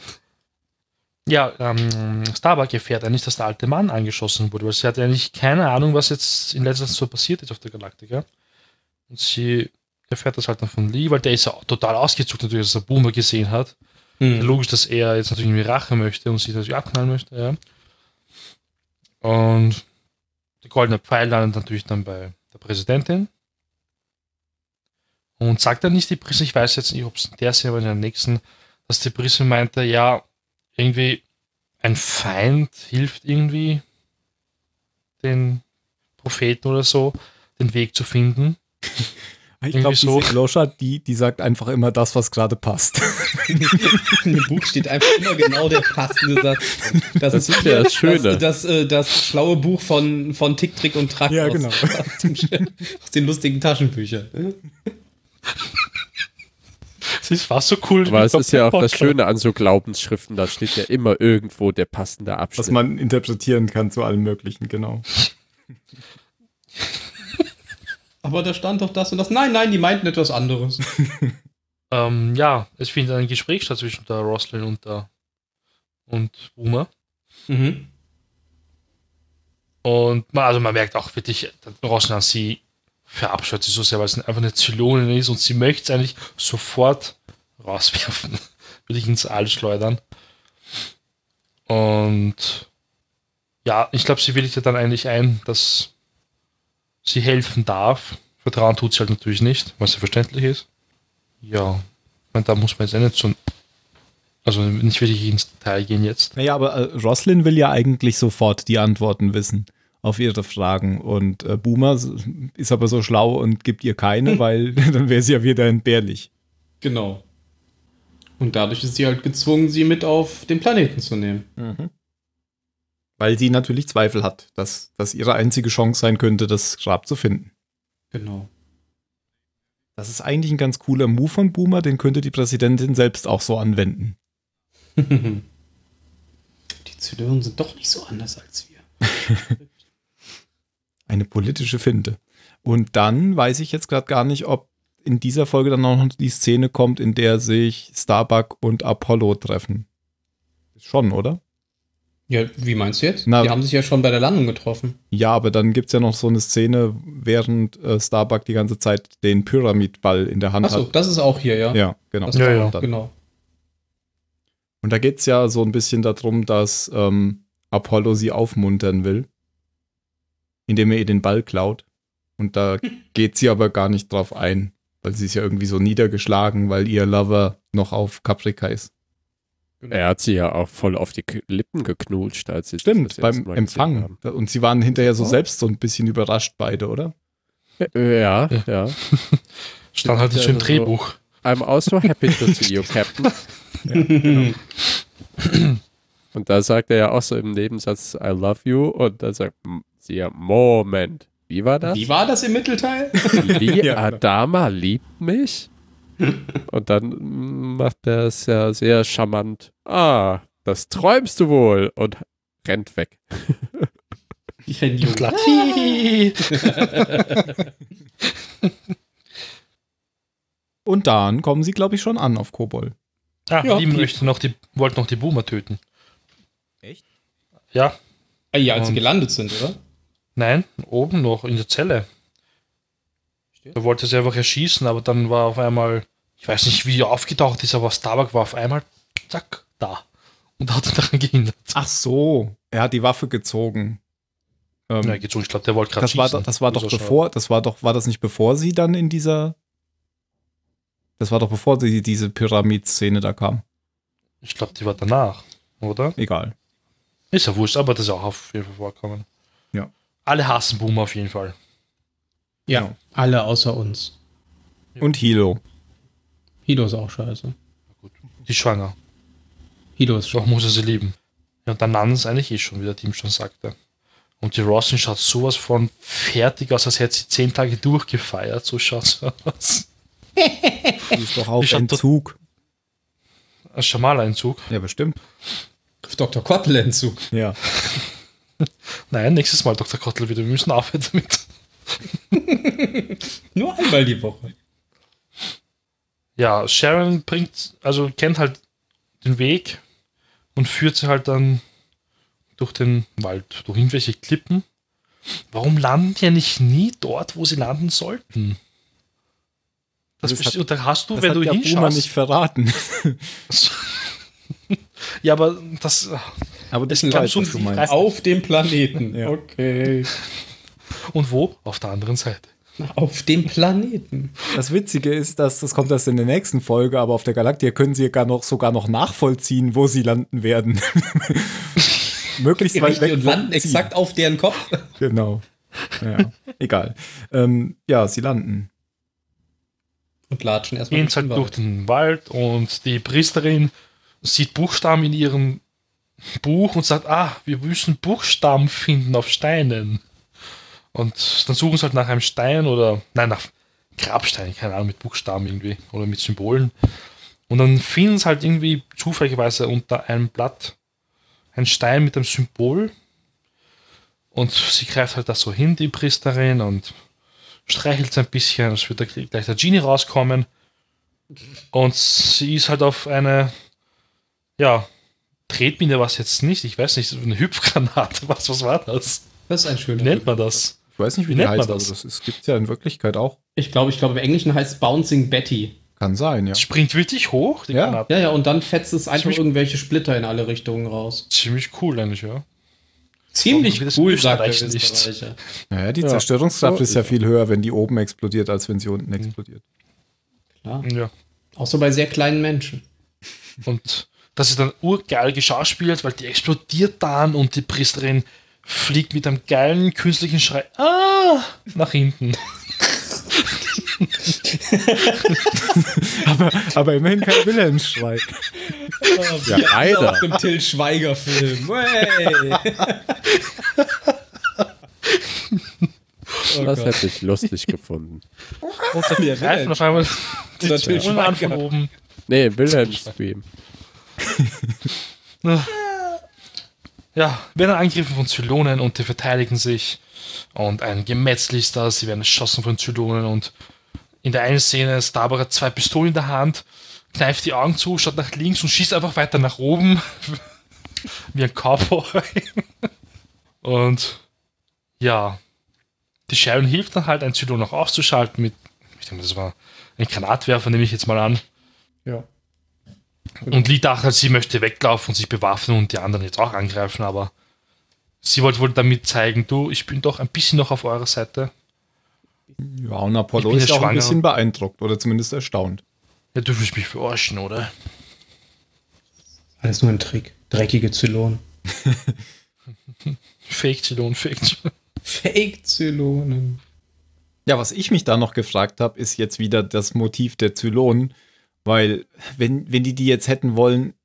Speaker 4: Ja, ähm, Starbuck erfährt eigentlich, dass der alte Mann angeschossen wurde, weil sie hat eigentlich keine Ahnung, was jetzt in letzter Zeit so passiert ist auf der Galaktika. Und sie erfährt das halt dann von Lee, weil der ist ja total ausgezuckt natürlich, dass er Boomer gesehen hat.
Speaker 2: Hm.
Speaker 4: Logisch, dass er jetzt natürlich irgendwie Rache möchte und sich natürlich abknallen möchte, ja. Und der goldene Pfeil landet natürlich dann bei der Präsidentin. Und sagt dann nicht die Prise, ich weiß jetzt nicht, ob es in der Szene oder in der nächsten, dass die Prise meinte, ja, irgendwie ein Feind hilft irgendwie den Propheten oder so, den Weg zu finden.
Speaker 1: Ich
Speaker 4: Irgendwie
Speaker 1: glaube,
Speaker 4: so.
Speaker 1: diese Gloscha, die, die sagt einfach immer das, was gerade passt.
Speaker 2: In dem Buch steht einfach immer genau der passende Satz. Das,
Speaker 3: ist
Speaker 2: wieder
Speaker 3: ja das Schöne.
Speaker 2: Das, das, äh, das schlaue Buch von, von Tick, Trick und Track
Speaker 1: Ja,
Speaker 2: aus,
Speaker 1: genau.
Speaker 2: aus, dem, aus den lustigen Taschenbüchern.
Speaker 4: Das ist fast so cool.
Speaker 3: Aber
Speaker 4: wie
Speaker 3: es ist
Speaker 4: Dr.
Speaker 3: ja auch das
Speaker 4: Potter.
Speaker 3: Schöne an so Glaubensschriften, da steht ja immer irgendwo der passende
Speaker 1: Was
Speaker 3: Abschnitt.
Speaker 1: man interpretieren kann zu allem Möglichen, genau.
Speaker 2: Aber da stand doch das und das. Nein, nein, die meinten etwas anderes.
Speaker 4: Ähm, ja, es findet ein Gespräch statt zwischen der Roslyn und der und Uma.
Speaker 2: Mhm.
Speaker 4: Und man, also man merkt auch wirklich, dass Roslyn sie verabscheut sie so sehr, weil sie einfach eine Zylonin ist und sie möchte es eigentlich sofort rauswerfen. Will ich ins All schleudern. Und ja, ich glaube, sie willigt ja dann eigentlich ein, dass sie helfen darf. Vertrauen tut sie halt natürlich nicht, was ja verständlich ist. Ja, ich mein, da muss man jetzt eh nicht so. Also nicht wirklich ins Detail gehen jetzt.
Speaker 1: Naja, aber äh, Roslin will ja eigentlich sofort die Antworten wissen. auf ihre Fragen. Und äh, Boomer s- ist aber so schlau und gibt ihr keine, weil dann wäre sie ja wieder entbehrlich.
Speaker 2: Genau. Und dadurch ist sie halt gezwungen, sie mit auf den Planeten zu nehmen.
Speaker 1: Mhm. Weil sie natürlich Zweifel hat, dass das ihre einzige Chance sein könnte, das Grab zu finden.
Speaker 2: Genau.
Speaker 1: Das ist eigentlich ein ganz cooler Move von Boomer, den könnte die Präsidentin selbst auch so anwenden.
Speaker 2: Die Zylonen sind doch nicht so anders als wir.
Speaker 1: Eine politische Finte. Und dann weiß ich jetzt gerade gar nicht, ob in dieser Folge dann auch noch die Szene kommt, in der sich Starbuck und Apollo treffen. Schon, oder?
Speaker 2: Ja, wie meinst du jetzt?
Speaker 1: Na-
Speaker 2: die haben sich ja schon bei der Landung getroffen.
Speaker 1: Ja, aber dann gibt es ja noch so eine Szene, während äh, Starbuck die ganze Zeit den Pyramidball in der Hand
Speaker 2: Achso,
Speaker 1: hat.
Speaker 2: das ist auch hier, ja.
Speaker 1: Ja, genau.
Speaker 2: Das ist
Speaker 4: Ja,
Speaker 2: auch
Speaker 4: ja.
Speaker 2: Dann. Genau.
Speaker 1: Und da geht es ja so ein bisschen darum, dass ähm, Apollo sie aufmuntern will, indem er ihr den Ball klaut. Und da geht sie aber gar nicht drauf ein, weil sie ist ja irgendwie so niedergeschlagen, weil ihr Lover noch auf Caprica ist.
Speaker 3: Er hat sie ja auch voll auf die K- Lippen geknutscht, als sie
Speaker 1: Stimmt,
Speaker 3: das
Speaker 1: beim
Speaker 3: erste Mal gesehen
Speaker 1: Empfang.
Speaker 3: haben.
Speaker 1: Und sie waren hinterher so
Speaker 3: Oh.
Speaker 1: selbst so ein bisschen überrascht, beide, oder?
Speaker 3: Äh, Ja, ja.
Speaker 4: Stand halt nicht so im
Speaker 3: Also so-
Speaker 4: Drehbuch.
Speaker 3: I'm also happy to see you, Captain.
Speaker 1: genau.
Speaker 3: Und da sagt er ja auch so im Nebensatz, I love you. Und dann sagt m- sie ja, Moment, wie war das?
Speaker 2: Genau. Wie war das im Mittelteil?
Speaker 3: Wie
Speaker 1: Ja, genau.
Speaker 3: Adama liebt mich? Und dann mm, macht er es ja sehr charmant. Ah, das träumst du wohl. Und rennt weg.
Speaker 2: Die Handy
Speaker 4: Platti.
Speaker 1: Und dann kommen sie, glaube ich, schon an auf Kobol.
Speaker 4: Ah,
Speaker 2: Ja,
Speaker 4: die
Speaker 2: die-
Speaker 4: möchte noch die, wollte noch die Boomer töten.
Speaker 1: Echt?
Speaker 4: Ja,
Speaker 2: Ah, ja, als sie
Speaker 4: Und-
Speaker 2: gelandet sind, oder?
Speaker 4: nein, oben noch in der Zelle.
Speaker 2: Steht.
Speaker 4: Da wollte sie einfach erschießen, aber dann war auf einmal, ich weiß nicht, wie er aufgetaucht ist, aber Starbuck war auf einmal, zack, da. Und hat ihn daran gehindert.
Speaker 1: Ach so, er hat die Waffe gezogen. Ähm,
Speaker 4: Na, geht's um. Ich glaube, der wollte gerade
Speaker 1: Das war, doch- das war doch bevor, das war doch, war das nicht bevor sie dann in dieser, das war doch bevor sie diese Pyramid-Szene da kam.
Speaker 4: Ich glaube, die war danach, oder?
Speaker 1: Egal.
Speaker 4: Ist ja wurscht, aber das ist auch auf jeden Fall vorkommen.
Speaker 1: Ja.
Speaker 4: Alle hassen Boomer auf jeden Fall.
Speaker 2: Ja,
Speaker 1: Genau.
Speaker 2: alle außer uns.
Speaker 1: Und Hilo.
Speaker 2: Hilo ist auch scheiße.
Speaker 4: Die ist schwanger.
Speaker 2: Hilo ist
Speaker 4: Doch
Speaker 2: schon.
Speaker 4: muss er sie lieben. Ja, und dann landen sie eigentlich eh schon, wie der Team schon sagte. Und die Rossin schaut sowas von fertig aus, als hätte sie zehn Tage durchgefeiert. So schaut's aus.
Speaker 1: Die ist doch auf
Speaker 4: Ich hab doch-
Speaker 1: Entzug.
Speaker 4: Ein Schamala-Entzug.
Speaker 1: Ja, bestimmt.
Speaker 2: Dr. Kottlentzug.
Speaker 1: Ja.
Speaker 4: Nein, nächstes Mal Dr. Kottel wieder. Wir müssen aufhören damit.
Speaker 2: Nur einmal die Woche.
Speaker 4: Ja, Sharon bringt, also kennt halt den Weg und führt sie halt dann durch den Wald, durch irgendwelche Klippen. Warum landen die ja nicht nie dort, wo sie landen sollten? Das,
Speaker 1: Das hat-
Speaker 4: besti- und da hast du,
Speaker 1: Das
Speaker 4: wenn
Speaker 1: hat
Speaker 4: du
Speaker 1: ja Boomer
Speaker 4: hinschaust.
Speaker 1: nicht verraten.
Speaker 4: ja, aber das.
Speaker 1: Aber das
Speaker 4: Ich
Speaker 1: ist
Speaker 4: glaub
Speaker 1: weiß,
Speaker 4: schon,
Speaker 1: was du
Speaker 4: sie
Speaker 1: meinst.
Speaker 4: greift-
Speaker 2: Auf dem Planeten.
Speaker 1: Ja.
Speaker 2: Okay.
Speaker 4: Und wo? Auf der anderen Seite.
Speaker 2: Auf dem Planeten.
Speaker 1: Das Witzige ist, dass das kommt erst in der nächsten Folge, aber auf der Galaktia können sie ja gar noch, sogar noch nachvollziehen, wo sie landen werden. Möglichst weit
Speaker 2: Richtig,
Speaker 1: weg.
Speaker 2: und
Speaker 1: vom
Speaker 2: landen
Speaker 1: Ziel.
Speaker 2: exakt auf deren Kopf.
Speaker 1: Genau. Ja, egal. Ähm, ja, sie landen.
Speaker 2: Und latschen erstmal.
Speaker 4: Gehen halt durch den Wald und die Priesterin sieht Buchstaben in ihrem Buch und sagt: Ah, wir müssen Buchstaben finden auf Steinen. Und dann suchen sie halt nach einem Stein oder, nein, nach Grabsteinen, keine Ahnung, mit Buchstaben irgendwie oder mit Symbolen. Und dann finden sie halt irgendwie zufälligerweise unter einem Blatt einen Stein mit einem Symbol. Und sie greift halt da so hin, die Priesterin, und streichelt es ein bisschen. Es wird da gleich der Genie rauskommen. Und sie ist halt auf eine, ja, Tretmine war es jetzt nicht, ich weiß nicht, so eine Hüpfgranate, was, was war das?
Speaker 2: Das ist ein
Speaker 4: Wie
Speaker 2: schöner
Speaker 4: nennt man das?
Speaker 1: Ich weiß nicht, wie,
Speaker 4: Wie
Speaker 1: die
Speaker 4: nennt man
Speaker 1: heißt, aber
Speaker 4: das?
Speaker 1: das, das gibt es ja in Wirklichkeit auch.
Speaker 2: Ich glaube, ich glaube, im Englischen heißt es Bouncing Betty.
Speaker 1: Kann sein, ja.
Speaker 4: Springt wirklich hoch, die
Speaker 1: Ja.
Speaker 4: Granate.
Speaker 2: Ja, ja, und dann fetzt es einfach
Speaker 4: Ziemlich-
Speaker 2: irgendwelche Splitter in alle Richtungen raus.
Speaker 4: Ziemlich cool eigentlich, ja.
Speaker 2: Ziemlich
Speaker 4: Warum wird das
Speaker 2: cool,
Speaker 4: in
Speaker 2: sagt der
Speaker 4: Österreich nicht?
Speaker 2: Österreicher.
Speaker 1: Naja, die
Speaker 3: Ja,
Speaker 1: Zerstörungskraft
Speaker 3: so
Speaker 1: ist ja
Speaker 3: ist
Speaker 1: viel höher, wenn die oben explodiert, als wenn sie unten explodiert.
Speaker 2: Klar.
Speaker 4: Ja.
Speaker 2: Außer bei sehr kleinen Menschen.
Speaker 4: Und das ist dann urgeil geschauspielert, weil die explodiert dann und die Priesterin fliegt mit einem geilen künstlichen Schrei ah, nach hinten.
Speaker 1: Aber, aber immerhin kein Wilhelmsschrei.
Speaker 3: Ja,
Speaker 2: Auf
Speaker 3: leider.
Speaker 2: dem Till Schweiger Film. Hey.
Speaker 3: Oh, das hätte ich lustig gefunden.
Speaker 4: Greifen auf einmal die
Speaker 2: Oder Til
Speaker 4: Türen an von
Speaker 2: Schweiger.
Speaker 4: oben.
Speaker 3: Nee, Wilhelm-Scream.
Speaker 4: Ja, werden angegriffen von Zylonen und die verteidigen sich. Und ein Gemetzel ist da, sie werden erschossen von Zylonen und in der einen Szene, Starbuck hat zwei Pistolen in der Hand, kneift die Augen zu, schaut nach links und schießt einfach weiter nach oben. Wie ein Cowboy. Und ja, die Sharon hilft dann halt, ein Zylon noch auszuschalten mit, ich denke, das war ein Granatwerfer, nehme ich jetzt mal an.
Speaker 2: Ja.
Speaker 4: Und Lee dachte halt, sie möchte weglaufen und sich bewaffnen und die anderen jetzt auch angreifen, aber sie wollte wohl damit zeigen, du, ich bin doch ein bisschen noch auf eurer Seite.
Speaker 1: Ja, und Apollo
Speaker 4: Ich bin
Speaker 1: ist
Speaker 4: ja
Speaker 1: auch ein
Speaker 4: schwanger.
Speaker 1: bisschen beeindruckt oder zumindest erstaunt.
Speaker 4: Ja, du willst mich verarschen, oder?
Speaker 2: Alles nur ein Trick. Dreckige Zylon.
Speaker 4: Fake Zylon, Fake Zylon.
Speaker 2: Fake-Zylonen.
Speaker 1: Ja, was ich mich da noch gefragt habe, ist jetzt wieder das Motiv der Zylonen, weil wenn, wenn die die jetzt hätten wollen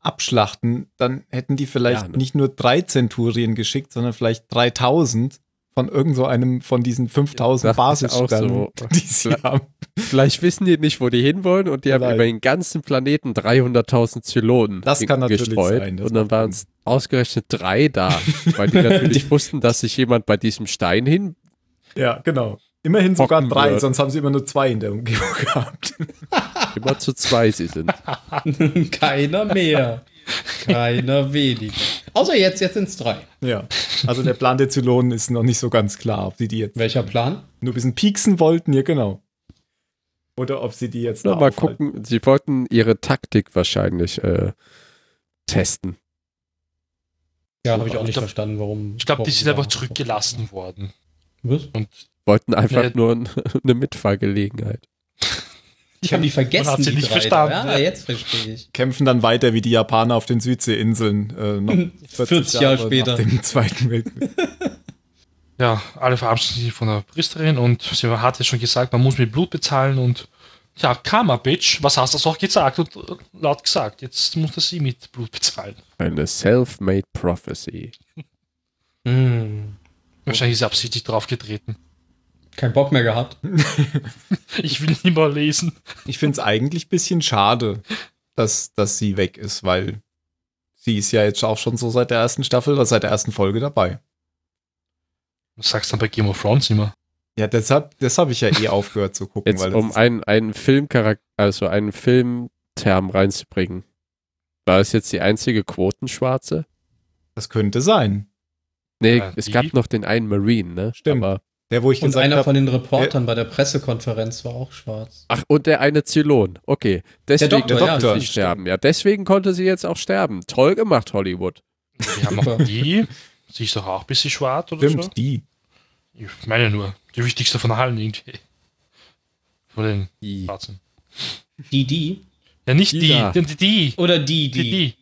Speaker 1: abschlachten, dann hätten die vielleicht
Speaker 3: Ja, ne.
Speaker 1: nicht nur drei Zenturien geschickt, sondern vielleicht 3000 von irgend so einem von diesen 5000
Speaker 3: Ja, dachte ich auch
Speaker 1: Basissternen,
Speaker 3: so.
Speaker 1: die sie haben.
Speaker 3: Vielleicht wissen die nicht, wo die hinwollen und die haben
Speaker 1: Vielleicht.
Speaker 3: über den ganzen Planeten 300.000 Zylonen
Speaker 1: Das
Speaker 3: ge-
Speaker 1: kann natürlich
Speaker 3: gestreut
Speaker 1: sein, das
Speaker 3: und dann
Speaker 1: macht
Speaker 3: waren es ausgerechnet drei da, weil die natürlich wussten, dass sich jemand bei diesem Stein hin.
Speaker 1: Ja, genau. Immerhin sogar
Speaker 3: Hocken
Speaker 1: drei,
Speaker 3: wird.
Speaker 1: sonst haben sie immer nur zwei in der Umgebung gehabt.
Speaker 3: Immer zu zwei sie sind.
Speaker 2: Keiner mehr. Keiner weniger. Außer jetzt, jetzt sind es drei.
Speaker 1: ja. Also der Plan der Zylonen ist noch nicht so ganz klar, ob sie die jetzt
Speaker 2: Welcher Plan?
Speaker 1: nur ein bisschen pieksen wollten, ja genau. Oder ob sie die jetzt
Speaker 3: Na,
Speaker 1: da
Speaker 3: mal
Speaker 1: aufhalten.
Speaker 3: gucken, sie wollten ihre Taktik wahrscheinlich äh, testen.
Speaker 2: Ja, habe ich auch
Speaker 4: Ich
Speaker 2: nicht
Speaker 4: glaub-
Speaker 2: verstanden, warum.
Speaker 4: Ich glaube, die sind
Speaker 2: warum-
Speaker 4: einfach zurückgelassen worden.
Speaker 2: Was?
Speaker 3: Wollten einfach
Speaker 4: Ja.
Speaker 3: nur n- eine Mitfahrgelegenheit.
Speaker 2: Ich habe die vergessen.
Speaker 4: Man hat sie
Speaker 2: die
Speaker 4: nicht
Speaker 2: drei
Speaker 4: verstanden.
Speaker 2: da. Ja, jetzt verstehe ich.
Speaker 1: kämpfen dann weiter wie die Japaner auf den Südseeinseln. Äh, noch 40,
Speaker 2: 40 Hm, Jahre später.
Speaker 1: Nach dem Zweiten Weltkrieg.
Speaker 4: Ja, alle verabschieden sich von der Priesterin und sie hat ja schon gesagt, man muss mit Blut bezahlen und ja, Karma, Bitch, was hast du das auch gesagt und äh, laut gesagt? Jetzt musste sie mit Blut bezahlen.
Speaker 3: Eine self-made prophecy.
Speaker 2: Hm.
Speaker 4: Wahrscheinlich ist sie absichtlich draufgetreten.
Speaker 2: Kein Bock mehr gehabt.
Speaker 4: Ich will nicht mal lesen.
Speaker 1: Ich finde es eigentlich ein bisschen schade, dass, dass sie weg ist, weil sie ist ja jetzt auch schon so seit der ersten Staffel oder seit der ersten Folge dabei.
Speaker 4: Du sagst dann bei Game of Thrones immer.
Speaker 1: Ja, deshalb, deshalb habe ich ja eh aufgehört zu gucken,
Speaker 3: Jetzt
Speaker 1: weil das
Speaker 3: um
Speaker 1: ist-
Speaker 3: einen, einen Filmcharakter, also einen Filmterm reinzubringen. War es jetzt die einzige Quotenschwarze?
Speaker 1: das könnte sein.
Speaker 3: Nee,
Speaker 4: Ja,
Speaker 3: es
Speaker 4: die-
Speaker 3: gab noch den einen Marine, ne?
Speaker 1: Stimmt.
Speaker 3: Aber,
Speaker 1: Der, wo ich
Speaker 2: Und
Speaker 1: gesagt
Speaker 2: einer
Speaker 1: habe,
Speaker 2: von den Reportern bei der Pressekonferenz war auch schwarz.
Speaker 3: ach, und der eine Zylon. Okay. Deswegen
Speaker 2: Doktor,
Speaker 1: ja,
Speaker 3: konnte sie
Speaker 1: stimmt.
Speaker 3: sterben. Ja, deswegen konnte sie jetzt auch sterben. Toll gemacht, Hollywood.
Speaker 4: Wir haben auch
Speaker 2: Super.
Speaker 4: die. Sie ist doch auch ein bisschen schwarz oder so.
Speaker 1: stimmt, die.
Speaker 4: Ich meine nur, die wichtigste von allen irgendwie. Von den Schwarzen.
Speaker 2: Die, die?
Speaker 4: Ja, nicht die,
Speaker 3: Die da.
Speaker 4: die, die, die,
Speaker 2: Oder die,
Speaker 4: die,
Speaker 2: die?
Speaker 4: die,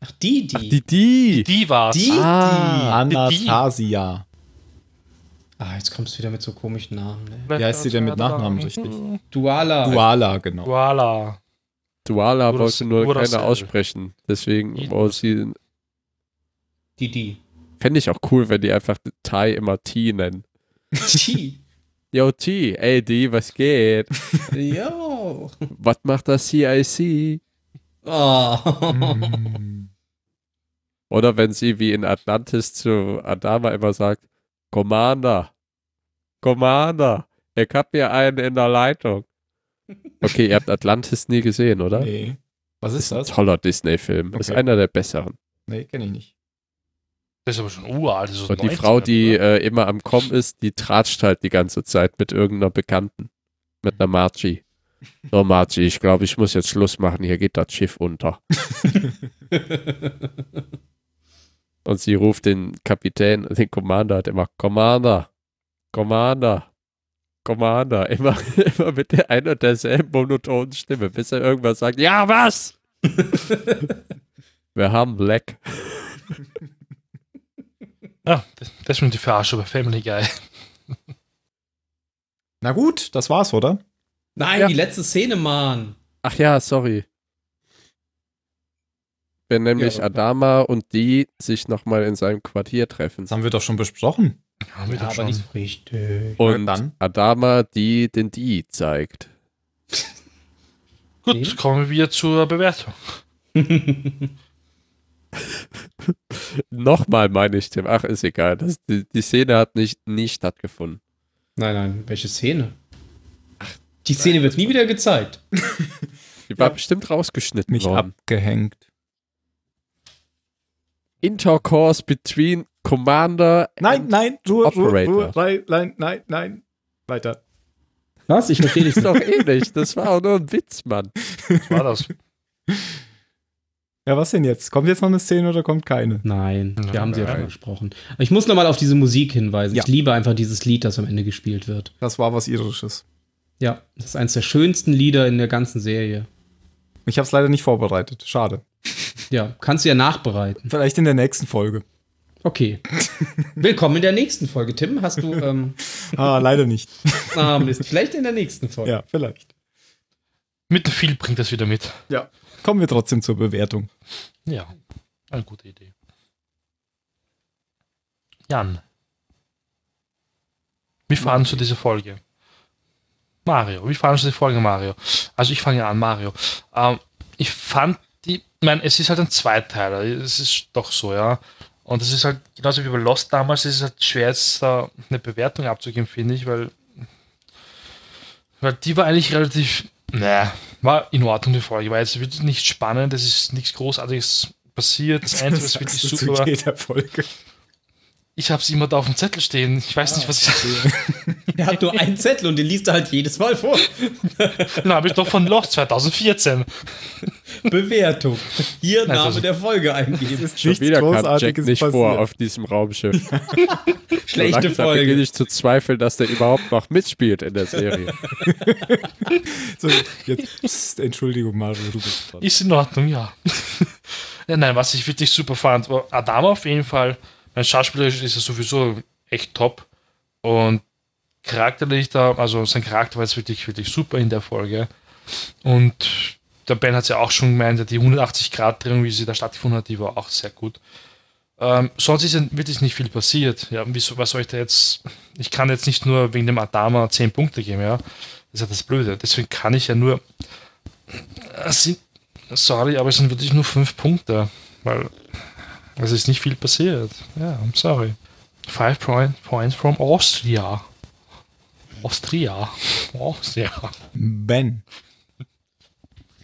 Speaker 2: Ach, die, die.
Speaker 3: Die, die.
Speaker 4: die war's.
Speaker 2: Die?
Speaker 3: Ah.
Speaker 1: Anastasia.
Speaker 2: Ah, jetzt kommst du wieder mit so komischen Namen. Ne?
Speaker 1: Wie heißt sie denn mit Nachnamen richtig?
Speaker 2: Duala.
Speaker 4: Ah.
Speaker 1: Duala, genau.
Speaker 4: Voila.
Speaker 3: Duala
Speaker 4: Nur das-
Speaker 3: wollte nur
Speaker 4: nur
Speaker 3: keiner
Speaker 4: dasselbe.
Speaker 3: aussprechen. Deswegen
Speaker 4: Die-
Speaker 3: war sie.
Speaker 2: Die, die.
Speaker 3: Fände ich auch cool, wenn die einfach Thai immer T nennen.
Speaker 2: Die.
Speaker 3: Yo, T. Ey, D, was geht?
Speaker 2: Jo.
Speaker 3: was macht das CIC?
Speaker 2: Oh.
Speaker 3: Hm.
Speaker 1: Mm.
Speaker 3: Oder wenn sie wie in Atlantis zu Adama immer sagt: Commander, Commander, ich hab hier einen in der Leitung. Okay, ihr habt Atlantis nie gesehen, oder?
Speaker 1: Nee. Was ist das?
Speaker 3: Toller Disney-Film. Ist
Speaker 1: Okay.
Speaker 3: einer der besseren.
Speaker 1: Nee, kenne ich nicht.
Speaker 4: Das ist aber schon uralt. Das ist aus
Speaker 3: Und die
Speaker 4: 90ern,
Speaker 3: Frau, die
Speaker 4: oder?
Speaker 3: äh, immer am Kommen ist, die tratscht halt die ganze Zeit mit irgendeiner Bekannten. Mit einer Margie. So, Margie, ich glaube, ich muss jetzt Schluss machen. Hier geht das Schiff unter. Und sie ruft den Kapitän, den Commander hat immer, Commander, Commander, Commander, immer, immer mit der ein und derselben monotonen Stimme, bis er irgendwann sagt, ja, was? Wir haben Black.
Speaker 4: Ja, das- das ist die Verarsche bei Family Guy.
Speaker 1: Na gut, das war's, oder?
Speaker 2: Nein,
Speaker 3: Ja.
Speaker 2: die letzte Szene, Mann.
Speaker 3: Ach ja, sorry. Wenn nämlich
Speaker 2: Ja.
Speaker 3: Adama und die sich nochmal in seinem Quartier treffen.
Speaker 1: Das haben wir doch schon besprochen.
Speaker 4: Haben wir doch schon.
Speaker 2: richtig.
Speaker 3: Und
Speaker 1: dann?
Speaker 3: Adama, die den Die zeigt.
Speaker 4: Gut, kommen wir zur Bewertung.
Speaker 3: Nochmal meine ich dem. Ach, ist egal. Das, die, die Szene hat nicht, nie stattgefunden.
Speaker 2: Nein, nein, welche Szene? Die Szene wird nie wieder gezeigt.
Speaker 3: Die war bestimmt rausgeschnitten
Speaker 1: Mich
Speaker 3: worden.
Speaker 1: abgehängt.
Speaker 3: Intercourse between Commander
Speaker 1: Nein,
Speaker 3: and
Speaker 1: nein, Ruhe, Ruhe,
Speaker 3: Operator.
Speaker 1: Ruhe, nein, nein, nein, nein. Weiter.
Speaker 2: Was? Ich verstehe
Speaker 3: ist doch eh nicht. Das war auch nur ein Witz, Mann.
Speaker 4: Was war das?
Speaker 1: Ja, was denn jetzt? Kommt jetzt noch eine Szene oder kommt keine?
Speaker 2: Nein, wir
Speaker 4: Nein.
Speaker 2: haben sie ja schon besprochen. Ich muss nochmal auf diese Musik hinweisen.
Speaker 1: Ja.
Speaker 2: Ich liebe einfach dieses Lied, das am Ende gespielt wird.
Speaker 1: Das war was Irisches.
Speaker 2: Ja, das ist eines der schönsten Lieder in der ganzen Serie.
Speaker 1: Ich habe es leider nicht vorbereitet. Schade.
Speaker 2: Ja, kannst du ja nachbereiten.
Speaker 1: Vielleicht in der nächsten Folge.
Speaker 2: Okay. Willkommen in der nächsten Folge. Tim, hast du. Ähm,
Speaker 1: Ah, leider nicht.
Speaker 2: ah, Mist. Vielleicht in der nächsten Folge.
Speaker 1: Ja, vielleicht.
Speaker 4: Mit dem viel bringt das wieder mit.
Speaker 1: Ja. Kommen wir trotzdem zur Bewertung.
Speaker 4: Ja, eine gute Idee. Jan. Wie fandest du diese Folge? Mario, wie fandest du die Folge, Mario? Also ich fange an, Mario. Ähm, ich fand die, ich meine, es ist halt ein Zweiteiler, es ist doch so, ja. Und es ist halt, genauso wie bei Lost damals, es ist halt schwer, jetzt äh, eine Bewertung abzugeben, finde ich, weil, weil die war eigentlich relativ, naja, war in Ordnung, die Folge, weil es wird nicht spannend, es ist nichts Großartiges passiert, das Einzige, was wirklich
Speaker 1: sagst du
Speaker 4: super war,
Speaker 1: Zu jeder Folge.
Speaker 4: ich habe es immer da auf dem Zettel stehen, ich weiß nicht, was ich...
Speaker 2: Er hat nur einen Zettel und den liest er halt jedes Mal vor.
Speaker 4: Dann habe ich doch von Lost 2014.
Speaker 2: Bewertung. Hier
Speaker 4: Nein,
Speaker 2: Name
Speaker 4: das ist-
Speaker 2: der Folge eingeben.
Speaker 1: Ist
Speaker 3: Schon
Speaker 1: nichts
Speaker 3: wieder kam Jack
Speaker 1: Großartiges
Speaker 3: nicht
Speaker 1: passiert.
Speaker 3: vor auf diesem Raumschiff. so
Speaker 2: Schlechte
Speaker 3: langsam beginne
Speaker 2: Folge.
Speaker 3: ich zu zweifeln, dass der überhaupt noch mitspielt in der Serie.
Speaker 1: So, jetzt, pst, Entschuldigung, Mario, du bist dran.
Speaker 4: Ist in Ordnung, ja. ja. Nein, was ich wirklich super fand, war Adama auf jeden Fall. Mein Schauspieler ist ja sowieso echt top. Und charakterlich da, also sein Charakter war jetzt wirklich, wirklich super in der Folge. Und der Ben hat es ja auch schon gemeint, ja, die 180-Grad-Drehung, wie sie da stattgefunden hat, die war auch sehr gut. Ähm, sonst ist ja wirklich nicht viel passiert. Ja, wieso, was soll ich da jetzt? Ich kann jetzt nicht nur wegen dem Adama 10 Punkte geben, ja. Das ist ja das Blöde. Deswegen kann ich ja nur. äh, Es sind, sorry, aber es sind wirklich nur 5 Punkte, weil es ist nicht viel passiert. Ja, I'm sorry. 5 point, points from Austria. Austria. Austria.
Speaker 1: Ben.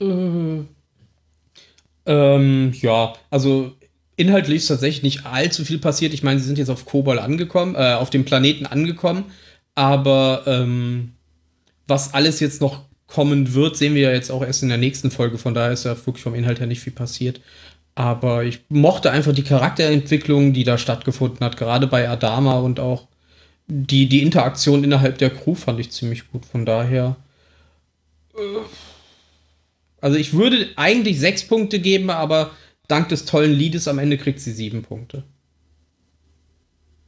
Speaker 2: Äh, ähm, ja, also inhaltlich ist tatsächlich nicht allzu viel passiert. Ich meine, sie sind jetzt auf Kobol angekommen, äh, auf dem Planeten angekommen. Aber ähm, was alles jetzt noch kommen wird, sehen wir ja jetzt auch erst in der nächsten Folge. Von daher ist ja wirklich vom Inhalt her nicht viel passiert. Aber ich mochte einfach die Charakterentwicklung, die da stattgefunden hat, gerade bei Adama und auch die, die Interaktion innerhalb der Crew fand ich ziemlich gut. Von daher. Also ich würde eigentlich sechs Punkte geben, aber dank des tollen Liedes am Ende kriegt sie sieben Punkte.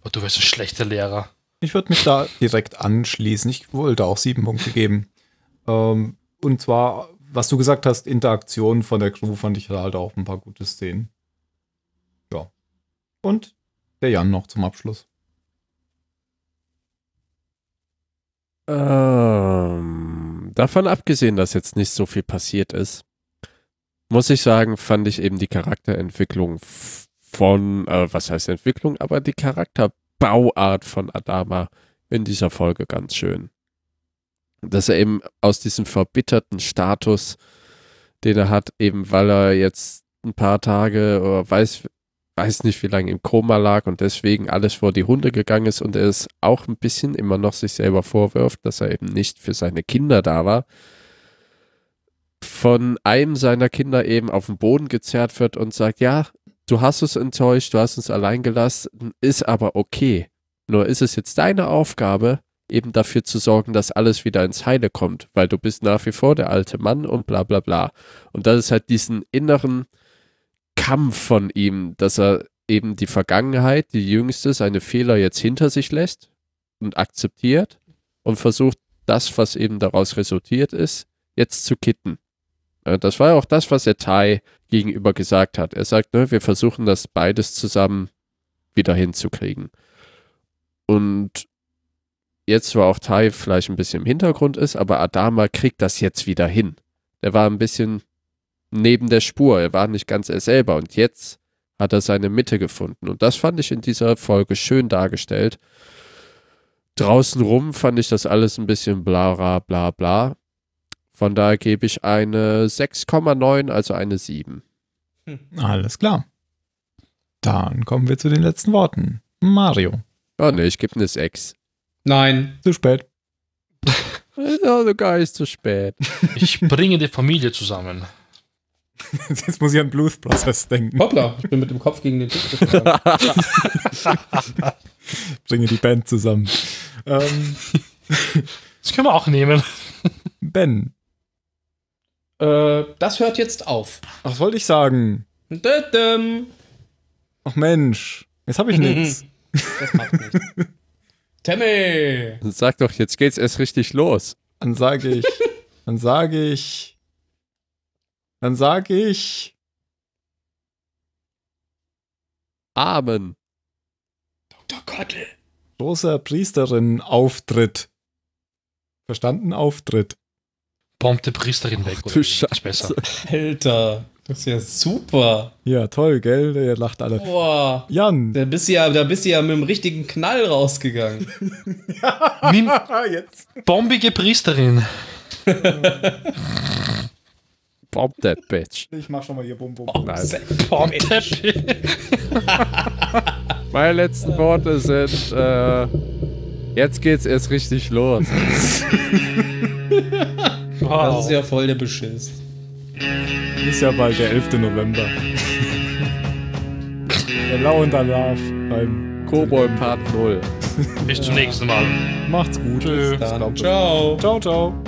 Speaker 4: Oh, du wärst ein schlechter Lehrer.
Speaker 1: Ich würde mich da direkt anschließen. Ich wollte auch sieben Punkte geben. Ähm, und zwar, was du gesagt hast, Interaktion von der Crew fand ich da halt auch ein paar gute Szenen. Ja. Und der Jan noch zum Abschluss.
Speaker 3: Ähm, davon abgesehen, dass jetzt nicht so viel passiert ist, muss ich sagen, fand ich eben die Charakterentwicklung f- von, äh, was heißt Entwicklung, aber die Charakterbauart von Adama in dieser Folge ganz schön. Dass er eben aus diesem verbitterten Status, den er hat, eben weil er jetzt ein paar Tage oder weiß, weiß nicht, wie lange im Koma lag und deswegen alles vor die Hunde gegangen ist und er es auch ein bisschen immer noch sich selber vorwirft, dass er eben nicht für seine Kinder da war. Von einem seiner Kinder eben auf den Boden gezerrt wird und sagt, ja, du hast uns enttäuscht, du hast uns allein gelassen, ist aber okay. Nur ist es jetzt deine Aufgabe, eben dafür zu sorgen, dass alles wieder ins Heile kommt, weil du bist nach wie vor der alte Mann und bla bla bla. Und das ist halt diesen inneren Kampf von ihm, dass er eben die Vergangenheit, die jüngste, seine Fehler jetzt hinter sich lässt und akzeptiert und versucht, das, was eben daraus resultiert ist, jetzt zu kitten. Äh, Das war ja auch das, was er Tai gegenüber gesagt hat. Er sagt, ne, wir versuchen das beides zusammen wieder hinzukriegen. Und jetzt war auch Tai vielleicht ein bisschen im Hintergrund ist, aber Adama kriegt das jetzt wieder hin. Der war ein bisschen neben der Spur, er war nicht ganz er selber und jetzt hat er seine Mitte gefunden. Und das fand ich in dieser Folge schön dargestellt. Draußen rum fand ich das alles ein bisschen bla bla bla bla. Von daher gebe ich eine 6,9, also eine 7.
Speaker 1: Alles klar. Dann kommen wir zu den letzten Worten. Mario.
Speaker 3: Ja, ne, ich gebe eine 6.
Speaker 2: Nein.
Speaker 1: Zu spät.
Speaker 3: Ja, sogar ist zu spät.
Speaker 4: Ich bringe die Familie zusammen.
Speaker 1: Jetzt muss ich an Blues Brothers denken.
Speaker 2: Hoppla, ich bin mit dem Kopf gegen den Tisch geschlagen.
Speaker 1: Bringe die Band zusammen. Ähm,
Speaker 4: Das können wir auch nehmen.
Speaker 1: ben,
Speaker 2: äh, das hört jetzt auf.
Speaker 1: was wollte ich sagen?
Speaker 2: Dödem.
Speaker 1: Ach Mensch, jetzt habe ich nichts.
Speaker 2: Das macht nichts. Tammy!
Speaker 3: Sag doch, jetzt geht's erst richtig los.
Speaker 1: Dann sage ich, dann sage ich, dann sage ich,
Speaker 3: Amen.
Speaker 2: Dr. Gottel.
Speaker 1: großer Priesterin-Auftritt. Verstanden? Auftritt.
Speaker 4: Bombt die Priesterin weg.
Speaker 3: du
Speaker 4: wie? Ist
Speaker 3: Scheiße.
Speaker 4: besser.
Speaker 2: Alter, das ist ja super.
Speaker 1: Ja, toll, gell? Ihr lacht alle.
Speaker 2: Boah.
Speaker 1: Jan.
Speaker 2: Da bist du ja, da bist du ja mit dem richtigen Knall rausgegangen.
Speaker 4: Nimm
Speaker 1: Ah, Jetzt.
Speaker 4: bombige Priesterin.
Speaker 3: Bomb that bitch.
Speaker 1: Ich mach schon mal hier Bum Bum.
Speaker 3: Nein.
Speaker 4: Bombt der-
Speaker 3: Meine letzten Worte sind, äh, jetzt geht's erst richtig los.
Speaker 2: Das ist
Speaker 4: Wow.
Speaker 2: ja voll der Beschiss.
Speaker 1: Ist ja bald der 11. November. Hello und Alarv beim
Speaker 3: Kobold Part 0.
Speaker 4: Bis zum nächsten Mal.
Speaker 1: Macht's gut.
Speaker 4: Tschö.
Speaker 1: Das
Speaker 2: Dann
Speaker 1: glaubt ihr.
Speaker 2: ciao.
Speaker 1: Ciao, ciao.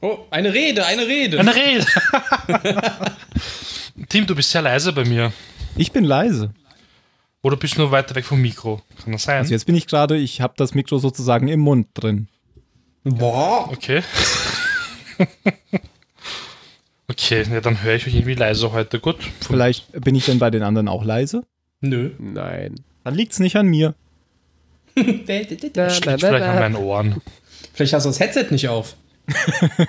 Speaker 2: Oh, eine Rede, eine Rede.
Speaker 4: Eine Rede. Tim, du bist sehr leise bei mir.
Speaker 1: Ich bin leise.
Speaker 4: Oder bist du nur weiter weg vom Mikro? Kann das sein?
Speaker 1: Also jetzt bin ich gerade, ich habe das Mikro sozusagen im Mund drin.
Speaker 2: Boah.
Speaker 4: Okay. okay, ja, dann höre ich euch irgendwie leiser heute. Gut.
Speaker 1: Vielleicht bin ich denn bei den anderen auch leise.
Speaker 2: Nö.
Speaker 3: Nein.
Speaker 1: Dann liegt's nicht an mir.
Speaker 2: Vielleicht
Speaker 4: Liegt vielleicht an meinen Ohren.
Speaker 2: hast du das Headset nicht auf.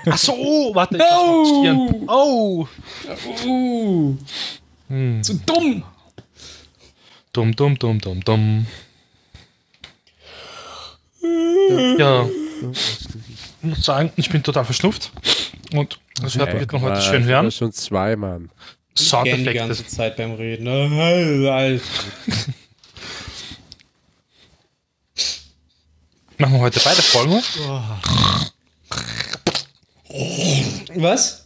Speaker 4: Ach so, oh, warte. ich lass mal Stirn. Oh.
Speaker 2: Uh,
Speaker 4: Hm.
Speaker 2: zu dumm.
Speaker 4: Dumm, dumm, dumm, dumm, dumm. Ja. Ich muss sagen, ich bin total verschnupft. Und das hört man wird man heute schön hören.
Speaker 3: Äh, Das schon zwei, Mann.
Speaker 2: Gern die ganze
Speaker 4: Soundeffekte.
Speaker 2: Zeit beim Reden. ne?
Speaker 4: Machen wir heute beide Folgen.
Speaker 2: Was?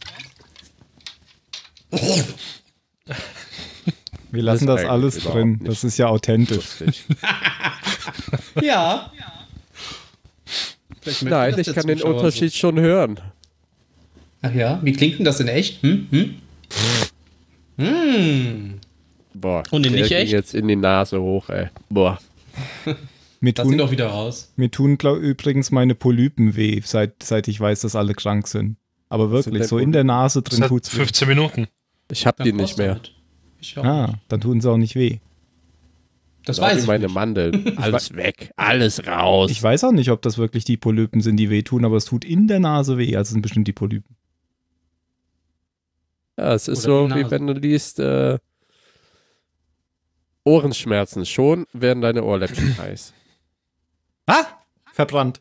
Speaker 1: Wir lassen das
Speaker 3: Das eigentlich
Speaker 1: alles
Speaker 3: überhaupt
Speaker 1: drin.
Speaker 3: nicht.
Speaker 1: Das ist ja authentisch.
Speaker 3: Lustig.
Speaker 2: Ja. Vielleicht möchte
Speaker 3: Nein,
Speaker 2: das
Speaker 3: ich
Speaker 2: der
Speaker 3: kann den
Speaker 2: Zuschauer so.
Speaker 3: Unterschied schon hören.
Speaker 2: Ach ja, wie klingt denn das in echt? Hm? Hm? Hm.
Speaker 3: Boah.
Speaker 2: Und in
Speaker 3: der
Speaker 2: nicht
Speaker 3: ging
Speaker 2: echt?
Speaker 3: jetzt in die Nase hoch, ey. Boah.
Speaker 1: Mir
Speaker 2: Das sind
Speaker 1: tun,
Speaker 2: doch wieder raus.
Speaker 1: mir tun glaub, übrigens meine Polypen weh, seit, seit ich weiß, dass alle krank sind. Aber wirklich,
Speaker 3: denn
Speaker 1: so in der Nase drin
Speaker 4: Seit
Speaker 1: tut's weh.
Speaker 4: 15 Minuten.
Speaker 3: Ich hab die
Speaker 2: Dann
Speaker 3: nicht
Speaker 2: raus
Speaker 3: mehr.
Speaker 2: damit. Ich auch.
Speaker 1: Ah, dann tun sie auch nicht weh.
Speaker 2: das
Speaker 3: Auch
Speaker 2: weiß ich.
Speaker 3: meine
Speaker 2: nicht.
Speaker 3: Mandeln. Alles weg. Alles raus.
Speaker 1: Ich weiß auch nicht, ob das wirklich die Polypen sind, die wehtun, aber es tut in der Nase weh. Also es sind bestimmt die Polypen.
Speaker 3: Ja, es ist
Speaker 2: Oder die
Speaker 3: so, wie
Speaker 2: Nase.
Speaker 3: wenn du liest, äh, Ohrenschmerzen. Schon werden deine Ohrläppchen heiß.
Speaker 1: Verbrannt.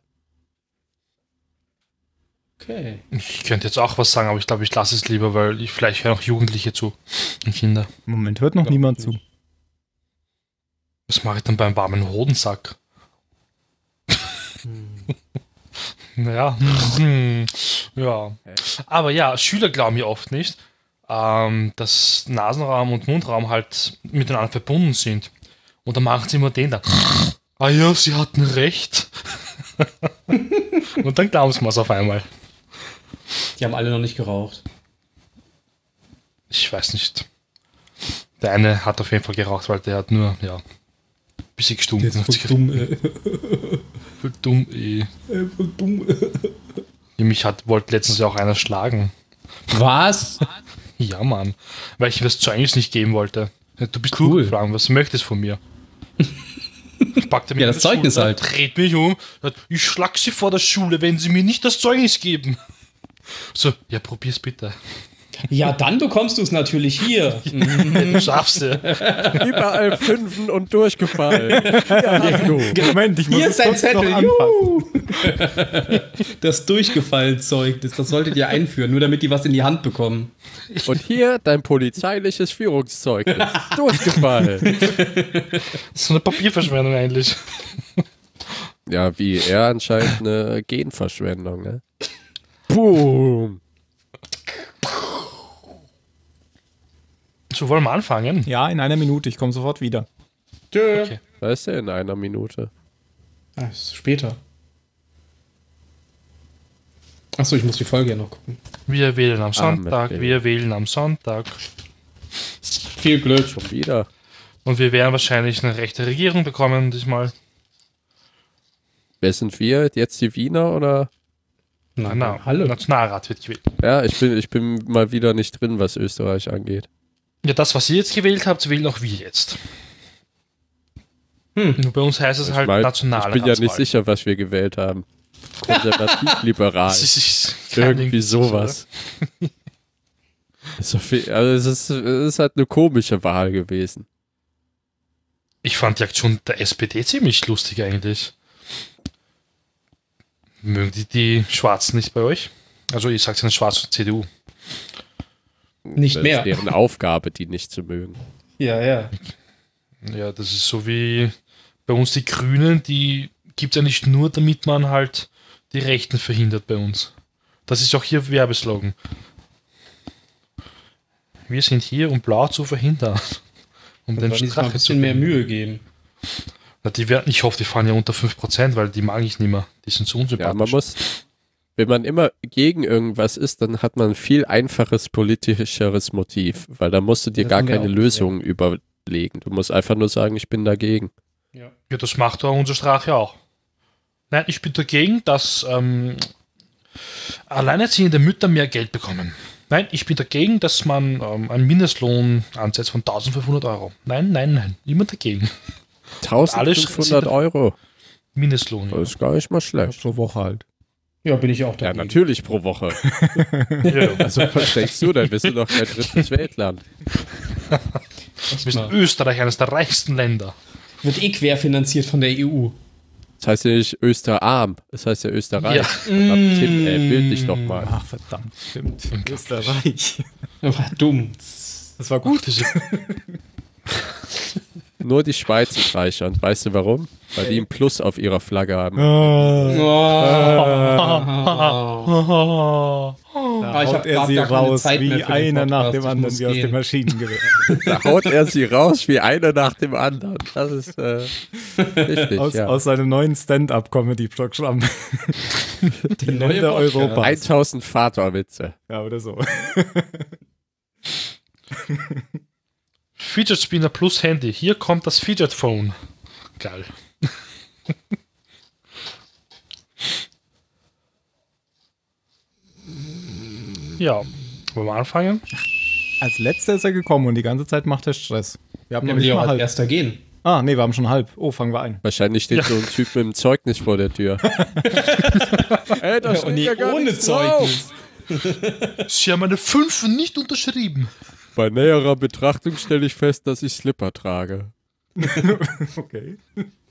Speaker 2: Okay.
Speaker 4: Ich könnte jetzt auch was sagen, aber ich glaube, ich lasse es lieber, weil ich vielleicht hören auch Jugendliche zu und Kinder.
Speaker 1: Im Moment hört noch
Speaker 2: Glaub
Speaker 1: niemand
Speaker 2: ich
Speaker 1: zu.
Speaker 2: nicht.
Speaker 4: Was mache ich dann beim warmen Hodensack? Naja, hm, ja. Aber ja, Schüler glauben ja oft nicht, ähm, dass Nasenraum und Mundraum halt miteinander verbunden sind. Und dann machen sie immer den da. Ah ja, sie hatten recht. und dann glauben sie es auf einmal.
Speaker 2: Die haben alle noch nicht geraucht.
Speaker 4: Ich weiß nicht. Der eine hat auf jeden Fall geraucht, weil der hat nur, ja, bisschen gestunken.
Speaker 2: Jetzt voll dumm, äh,
Speaker 4: Voll dumm, eh.
Speaker 2: äh, voll dumm.
Speaker 4: Ja, Mich hat, wollte letztens ja auch einer schlagen.
Speaker 2: Was?
Speaker 4: Ja, Mann. Weil ich das Zeugnis nicht geben wollte. Ja, Du bist cool. gefragt, was du möchtest von mir? Ich packte mich
Speaker 2: Ja,
Speaker 4: an
Speaker 2: das
Speaker 4: der
Speaker 2: Zeugnis
Speaker 4: Schulter,
Speaker 2: halt.
Speaker 4: Dreht mich um. sagt, Ich schlag sie vor der Schule, wenn sie mir nicht das Zeugnis geben. So, ja, probier's bitte.
Speaker 2: Ja, dann bekommst du es natürlich hier.
Speaker 4: Du schaffst es.
Speaker 3: Überall Fünfen und durchgefallen.
Speaker 1: Moment, ich muss
Speaker 2: Hier
Speaker 1: es
Speaker 2: ist dein
Speaker 1: kurz noch
Speaker 2: Zettel.
Speaker 1: anpassen.
Speaker 2: Juhu. Das durchgefallene Zeug, das, das solltet ihr einführen, nur damit die was in die Hand bekommen.
Speaker 3: Und hier dein polizeiliches Führungszeugnis. Durchgefallen.
Speaker 4: So eine Papierverschwendung eigentlich.
Speaker 3: Ja, wie er anscheinend eine Genverschwendung, ne? Boom.
Speaker 4: So wollen wir anfangen.
Speaker 1: Ja, in einer Minute, ich komme sofort wieder.
Speaker 2: Tschö.
Speaker 4: Okay.
Speaker 3: Da ist er in einer Minute.
Speaker 2: Ah, ist später. Achso, ich muss die Folge ja noch gucken.
Speaker 4: Wir wählen
Speaker 3: Ah,
Speaker 4: am Sonntag,
Speaker 3: Baby.
Speaker 4: wir wählen am Sonntag.
Speaker 2: Viel Glück.
Speaker 3: Schon wieder.
Speaker 4: Und wir werden wahrscheinlich eine rechte Regierung bekommen diesmal.
Speaker 3: Wer sind wir? Jetzt die Wiener oder?
Speaker 2: Na,
Speaker 4: Na,
Speaker 2: hallo.
Speaker 4: Nationalrat wird gewählt.
Speaker 3: Ja, ich bin, ich bin mal wieder nicht drin, was Österreich angeht.
Speaker 4: Ja, das, was ihr jetzt gewählt habt, wählen auch wir jetzt.
Speaker 2: Hm.
Speaker 4: Nur bei uns heißt es
Speaker 3: Ich
Speaker 4: halt
Speaker 3: mein,
Speaker 4: nationale
Speaker 3: Ich bin ja nicht
Speaker 4: Ratswahl.
Speaker 3: sicher, was wir gewählt haben. Konservativ-liberal.
Speaker 4: Das ist, ist kein
Speaker 3: Irgendwie
Speaker 4: Ding,
Speaker 3: sowas. so viel, also es, ist, es ist halt eine komische Wahl gewesen.
Speaker 4: oder? Ich fand die Aktion der SPD ziemlich lustig eigentlich. Mögen die, die Schwarzen nicht bei euch? Also ihr sagt ja nicht Schwarz und CDU.
Speaker 2: Nicht
Speaker 3: das
Speaker 2: mehr.
Speaker 3: ist deren Aufgabe, die nicht zu mögen.
Speaker 2: Ja, ja.
Speaker 4: Ja, das ist so wie bei uns die Grünen, die gibt es ja nicht nur, damit man halt die Rechten verhindert bei uns. Das ist auch hier Werbeslogan. Wir sind hier, um blau zu verhindern. Um
Speaker 2: Dann sollten die
Speaker 4: den
Speaker 2: sich mal ein
Speaker 4: Strache zu
Speaker 2: bisschen mehr Mühe geben.
Speaker 4: Na, die werden, ich hoffe, die fahren ja unter 5%, weil die mag ich nicht mehr. Die sind so unsympathisch.
Speaker 3: Ja, man muss, wenn man immer gegen irgendwas ist, dann hat man ein viel einfaches politischeres Motiv, weil da musst du dir
Speaker 2: Das
Speaker 3: gar
Speaker 2: haben wir
Speaker 3: keine
Speaker 2: auch,
Speaker 3: Lösung überlegen. Du musst einfach nur sagen, ich bin dagegen.
Speaker 4: ja, das macht doch unser Strache auch. Nein, ich bin dagegen, dass ähm, alleinerziehende Mütter mehr Geld bekommen. Nein, ich bin dagegen, dass man ähm, einen Mindestlohn ansetzt von 1500 Euro. Nein, nein, nein, immer dagegen.
Speaker 3: 1500
Speaker 4: sind-
Speaker 3: Euro,
Speaker 4: Mindestlohn. Ja.
Speaker 3: das ist gar nicht mal schlecht.
Speaker 1: Pro Woche halt.
Speaker 2: Ja, bin ich auch
Speaker 3: Ja,
Speaker 2: dagegen.
Speaker 3: natürlich pro Woche.
Speaker 4: Ja.
Speaker 3: Also was denkst du denn? Wir sind doch kein drittes Weltland.
Speaker 4: Wir sind Österreich, eines der reichsten Länder.
Speaker 2: Wird eh querfinanziert von der E EU.
Speaker 3: Das heißt ja nicht Österarm, das heißt ja Österreich.
Speaker 4: Ja.
Speaker 3: Ja. Tim, ey, bild dich
Speaker 2: Mm.
Speaker 3: doch mal.
Speaker 1: Ach, verdammt, stimmt. Österreich.
Speaker 2: War dumm.
Speaker 1: Das war gut.
Speaker 4: Diese,
Speaker 3: Nur die Schweiz ist reicher. Und weißt du warum? Weil die einen Plus auf ihrer Flagge haben.
Speaker 1: Oh, da
Speaker 2: Ah, ich
Speaker 1: haut
Speaker 2: hab
Speaker 1: er
Speaker 2: grad
Speaker 1: sie
Speaker 2: gar keine
Speaker 1: raus,
Speaker 2: Zeit mehr
Speaker 1: wie
Speaker 2: für den
Speaker 1: einer nach
Speaker 2: Podcast,
Speaker 1: dem
Speaker 2: ich
Speaker 1: anderen,
Speaker 2: muss
Speaker 1: wie aus dem
Speaker 2: gehen.
Speaker 1: Maschinengewehr.
Speaker 3: Da haut er sie raus wie einer nach dem anderen. Das ist äh, richtig,
Speaker 1: Aus,
Speaker 3: ja.
Speaker 1: aus seinem neuen Stand-Up-Comedy-Programm. Die
Speaker 2: neue
Speaker 1: Länder
Speaker 2: Podcast.
Speaker 1: Europas.
Speaker 3: 1000 Vaterwitze.
Speaker 1: Ja, oder so.
Speaker 4: Fidget Spinner plus Handy. Hier kommt das Fidget Phone. Geil. ja, wollen wir anfangen?
Speaker 1: Als letzter ist er gekommen und die ganze Zeit macht er Stress. Wir haben
Speaker 2: Ja,
Speaker 1: noch
Speaker 2: bin ich
Speaker 1: nicht mal
Speaker 2: halt. auch als
Speaker 1: halb.
Speaker 2: erster gehen.
Speaker 1: Ah, nee, wir haben schon halb. Oh, fangen wir an.
Speaker 3: Wahrscheinlich steht so ein Typ mit dem Zeugnis vor der Tür. Ey, da steht ja gar
Speaker 2: ohne
Speaker 3: nichts drauf.
Speaker 2: Zeugnis.
Speaker 4: Sie haben meine 5 nicht unterschrieben.
Speaker 3: Bei näherer Betrachtung stelle ich fest, dass ich Slipper trage.
Speaker 1: Okay.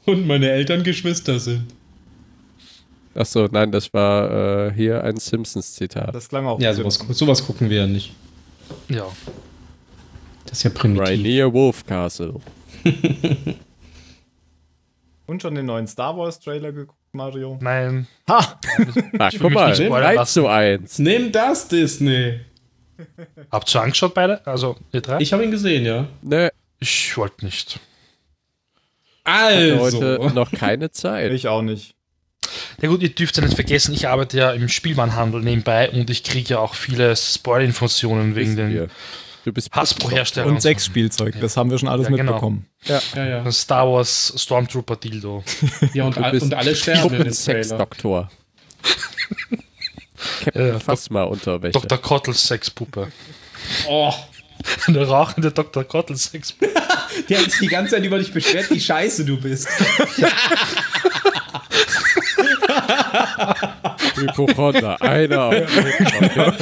Speaker 2: Und meine Eltern Geschwister sind.
Speaker 3: Achso, nein, das war äh, hier ein Simpsons-Zitat.
Speaker 1: Das klang auch.
Speaker 2: Ja, sowas, gu- sowas gucken wir ja nicht.
Speaker 4: Ja,
Speaker 2: Das ist ja primitiv.
Speaker 3: Rainier Wolfcastle.
Speaker 1: Und schon den neuen Star Wars Trailer geguckt, Mario?
Speaker 4: Nein.
Speaker 1: Ha!
Speaker 3: Na, Ah,
Speaker 4: Ich will
Speaker 3: guck
Speaker 4: mich
Speaker 3: mal,
Speaker 4: nicht spoilern
Speaker 3: 3
Speaker 4: lassen.
Speaker 3: zu 1.
Speaker 2: Nimm das, Disney.
Speaker 4: Habt ihr angeschaut beide? Also, ihr drei?
Speaker 2: Ich habe ihn gesehen, ja.
Speaker 3: Nö,
Speaker 4: Ich wollte nicht.
Speaker 3: heute
Speaker 2: Also.
Speaker 3: noch keine Zeit.
Speaker 1: Ich auch nicht.
Speaker 4: Na gut, ihr dürft ja nicht vergessen, ich arbeite ja im Spielmannhandel nebenbei und ich kriege ja auch viele Spoiler-Informationen
Speaker 3: Wissen
Speaker 4: wegen den
Speaker 3: wir. Du bist
Speaker 4: Hasbro-Herstellern.
Speaker 1: Und sechs Spielzeug, das haben wir schon alles
Speaker 4: Ja, genau.
Speaker 1: mitbekommen.
Speaker 2: Ja, ja.
Speaker 4: Star Wars Stormtrooper Dildo.
Speaker 2: ja und,
Speaker 3: Du
Speaker 2: all,
Speaker 3: bist
Speaker 2: Ah, und alle sterben in dem Trailer.
Speaker 3: Sexdoktor. Captain
Speaker 4: Äh,
Speaker 3: Phasma Unterwäsche.
Speaker 4: Dr. Kottels Sexpuppe.
Speaker 2: Oh,
Speaker 4: Eine rauchende Dr. Kottels Sexpuppe.
Speaker 2: die hat sich die ganze Zeit über dich beschwert, wie scheiße du bist.
Speaker 3: Hypochonder. Einer. auf-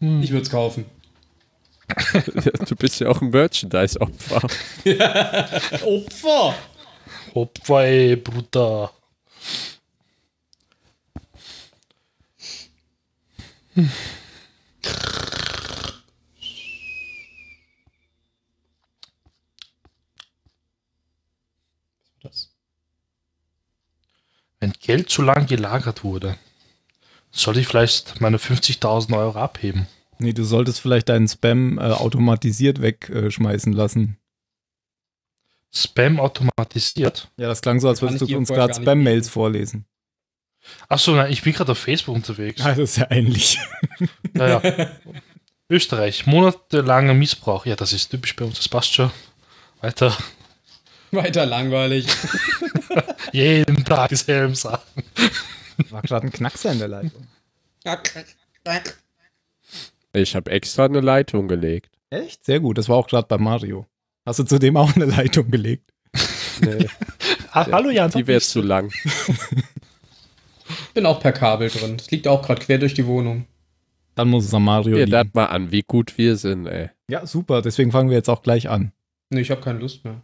Speaker 2: Ich würde es kaufen.
Speaker 3: du bist ja auch ein Merchandise-Opfer.
Speaker 2: Opfer!
Speaker 4: Hopfei, Bruder.
Speaker 2: Das.
Speaker 4: Wenn Geld zu lang gelagert wurde, soll ich vielleicht meine 50.000 Euro abheben.
Speaker 1: Nee, du solltest vielleicht deinen Spam äh, automatisiert wegschmeißen lassen.
Speaker 4: Spam automatisiert.
Speaker 1: Ja, das klang so, als
Speaker 2: Kann
Speaker 1: würdest
Speaker 2: ich
Speaker 1: du
Speaker 2: ihr
Speaker 1: uns
Speaker 2: vorher
Speaker 1: gerade
Speaker 2: gar nicht
Speaker 1: Spam-Mails vorlesen.
Speaker 4: Achso, nein, ich bin gerade auf Facebook unterwegs.
Speaker 1: Ja, das ist ja ähnlich.
Speaker 4: Naja. Österreich, monatelanger Missbrauch. Ja, das ist typisch bei uns, das passt schon. Weiter.
Speaker 2: Weiter langweilig.
Speaker 4: Jeden Tag dieselben Sachen.
Speaker 1: War gerade ein Knackser in der Leitung.
Speaker 3: Ich habe extra eine Leitung gelegt.
Speaker 1: Echt? Sehr gut, das war auch gerade bei Mario. Hast du zudem auch eine Leitung gelegt?
Speaker 3: Nee,
Speaker 4: Ah, hallo Jan.
Speaker 3: die wäre zu lang.
Speaker 2: Ich bin auch per Kabel drin. Das liegt auch gerade quer durch die Wohnung.
Speaker 1: Dann muss es an Mario
Speaker 3: Ihr
Speaker 1: liegen.
Speaker 3: dacht mal an, wie gut wir sind, ey.
Speaker 1: Ja, super, deswegen fangen wir jetzt auch gleich an.
Speaker 2: Nee, ich habe keine Lust mehr.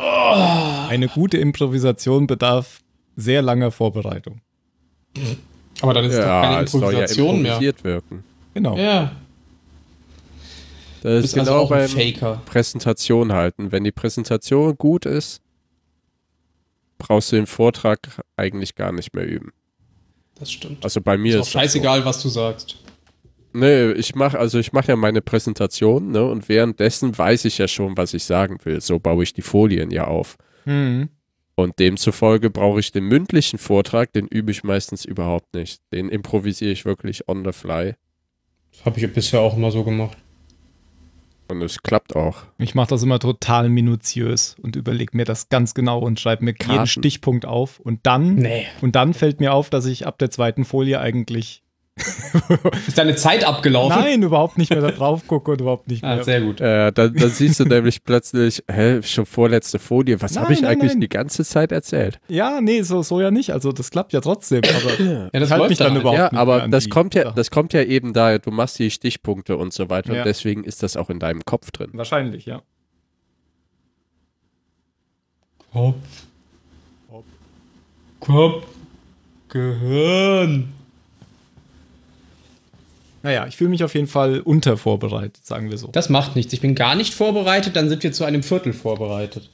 Speaker 1: Eine gute Improvisation bedarf sehr langer Vorbereitung.
Speaker 2: Aber dann ist es doch keine
Speaker 3: Ja, es soll ja
Speaker 2: Improvisation mehr.
Speaker 3: improvisiert wirken.
Speaker 1: Genau.
Speaker 2: Ja,
Speaker 3: Das
Speaker 2: du
Speaker 3: ist
Speaker 2: bist also
Speaker 3: genau
Speaker 2: auch ein
Speaker 3: beim
Speaker 2: Faker.
Speaker 3: Präsentation halten. Wenn die Präsentation gut ist, brauchst du den Vortrag eigentlich gar nicht mehr üben.
Speaker 2: Das stimmt.
Speaker 3: Also bei mir
Speaker 2: Ist auch
Speaker 3: ist, das so.
Speaker 2: scheißegal, was du sagst.
Speaker 3: Nee, ich mache also ich mache ja meine Präsentation, ne, und währenddessen weiß ich ja schon, was ich sagen will. So baue ich die Folien ja auf.
Speaker 1: Hm.
Speaker 3: Und demzufolge brauche ich den mündlichen Vortrag, den übe ich meistens überhaupt nicht. Den improvisiere ich wirklich on the fly
Speaker 2: Das habe ich bisher auch immer so gemacht.
Speaker 3: und es klappt auch.
Speaker 1: Ich mache das immer total minutiös und überlege mir das ganz genau und schreibe mir jeden
Speaker 3: Karten.
Speaker 1: Stichpunkt auf. Und dann,
Speaker 2: Nee.
Speaker 1: und dann fällt mir auf, dass ich ab der zweiten Folie eigentlich
Speaker 2: Ist deine Zeit abgelaufen?
Speaker 1: nein, überhaupt nicht mehr da drauf gucke und überhaupt nicht
Speaker 2: Ah,
Speaker 1: mehr.
Speaker 2: sehr gut.
Speaker 3: Äh, dann, dann siehst du nämlich plötzlich, hä, schon vorletzte Folie, was
Speaker 1: Nein,
Speaker 3: habe ich
Speaker 1: nein,
Speaker 3: eigentlich
Speaker 1: nein.
Speaker 3: die ganze Zeit erzählt?
Speaker 1: ja, nee, so, so ja nicht. Also das klappt ja trotzdem, aber
Speaker 2: Ja, das
Speaker 1: ich halte
Speaker 2: läuft
Speaker 1: mich dann
Speaker 2: dann halt.
Speaker 1: überhaupt
Speaker 3: Ja,
Speaker 1: nicht mehr
Speaker 3: aber
Speaker 1: an
Speaker 3: das
Speaker 1: die
Speaker 3: kommt ja,
Speaker 1: Sachen.
Speaker 3: das kommt ja eben daher, du machst die Stichpunkte und so weiter
Speaker 1: Ja.
Speaker 3: und deswegen ist das auch in deinem Kopf drin.
Speaker 1: Wahrscheinlich, ja.
Speaker 2: Kopf. Kopf. Gehirn.
Speaker 1: Naja, ich fühle mich auf jeden Fall untervorbereitet, sagen wir so.
Speaker 2: Das macht nichts. Ich bin gar nicht vorbereitet, dann sind wir zu einem Viertel vorbereitet.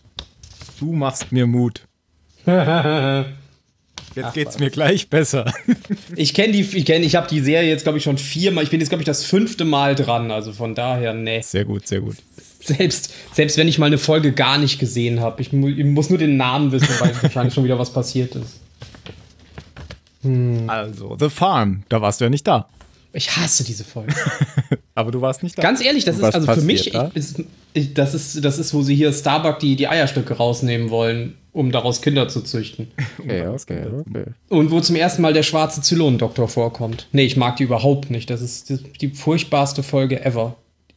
Speaker 1: Du machst mir Mut. Jetzt geht's mir gleich besser.
Speaker 2: Ich kenne die, ich kenne, ich habe die Serie jetzt glaube ich schon viermal. Ich bin jetzt glaube ich das fünfte Mal dran. Also von daher, nee.
Speaker 1: Sehr gut, sehr gut.
Speaker 2: Selbst, selbst wenn ich mal eine Folge gar nicht gesehen habe, ich, mu ich muss nur den Namen wissen, weil wahrscheinlich schon wieder was passiert ist.
Speaker 1: Also, The Farm, da warst du ja nicht da.
Speaker 2: Ich hasse diese Folge.
Speaker 1: Aber du warst nicht da.
Speaker 2: Ganz ehrlich, das ist
Speaker 3: Was
Speaker 2: also für
Speaker 3: passiert
Speaker 2: mich, ich,
Speaker 3: da?
Speaker 2: ist, ich, das ist, das ist, wo sie hier Starbuck die, die Eierstöcke rausnehmen wollen, um daraus Kinder zu züchten.
Speaker 3: Okay, okay, okay.
Speaker 2: Und wo zum ersten Mal der schwarze Zylon-Doktor vorkommt. Nee, ich mag die überhaupt nicht. Das ist die, die furchtbarste Folge ever.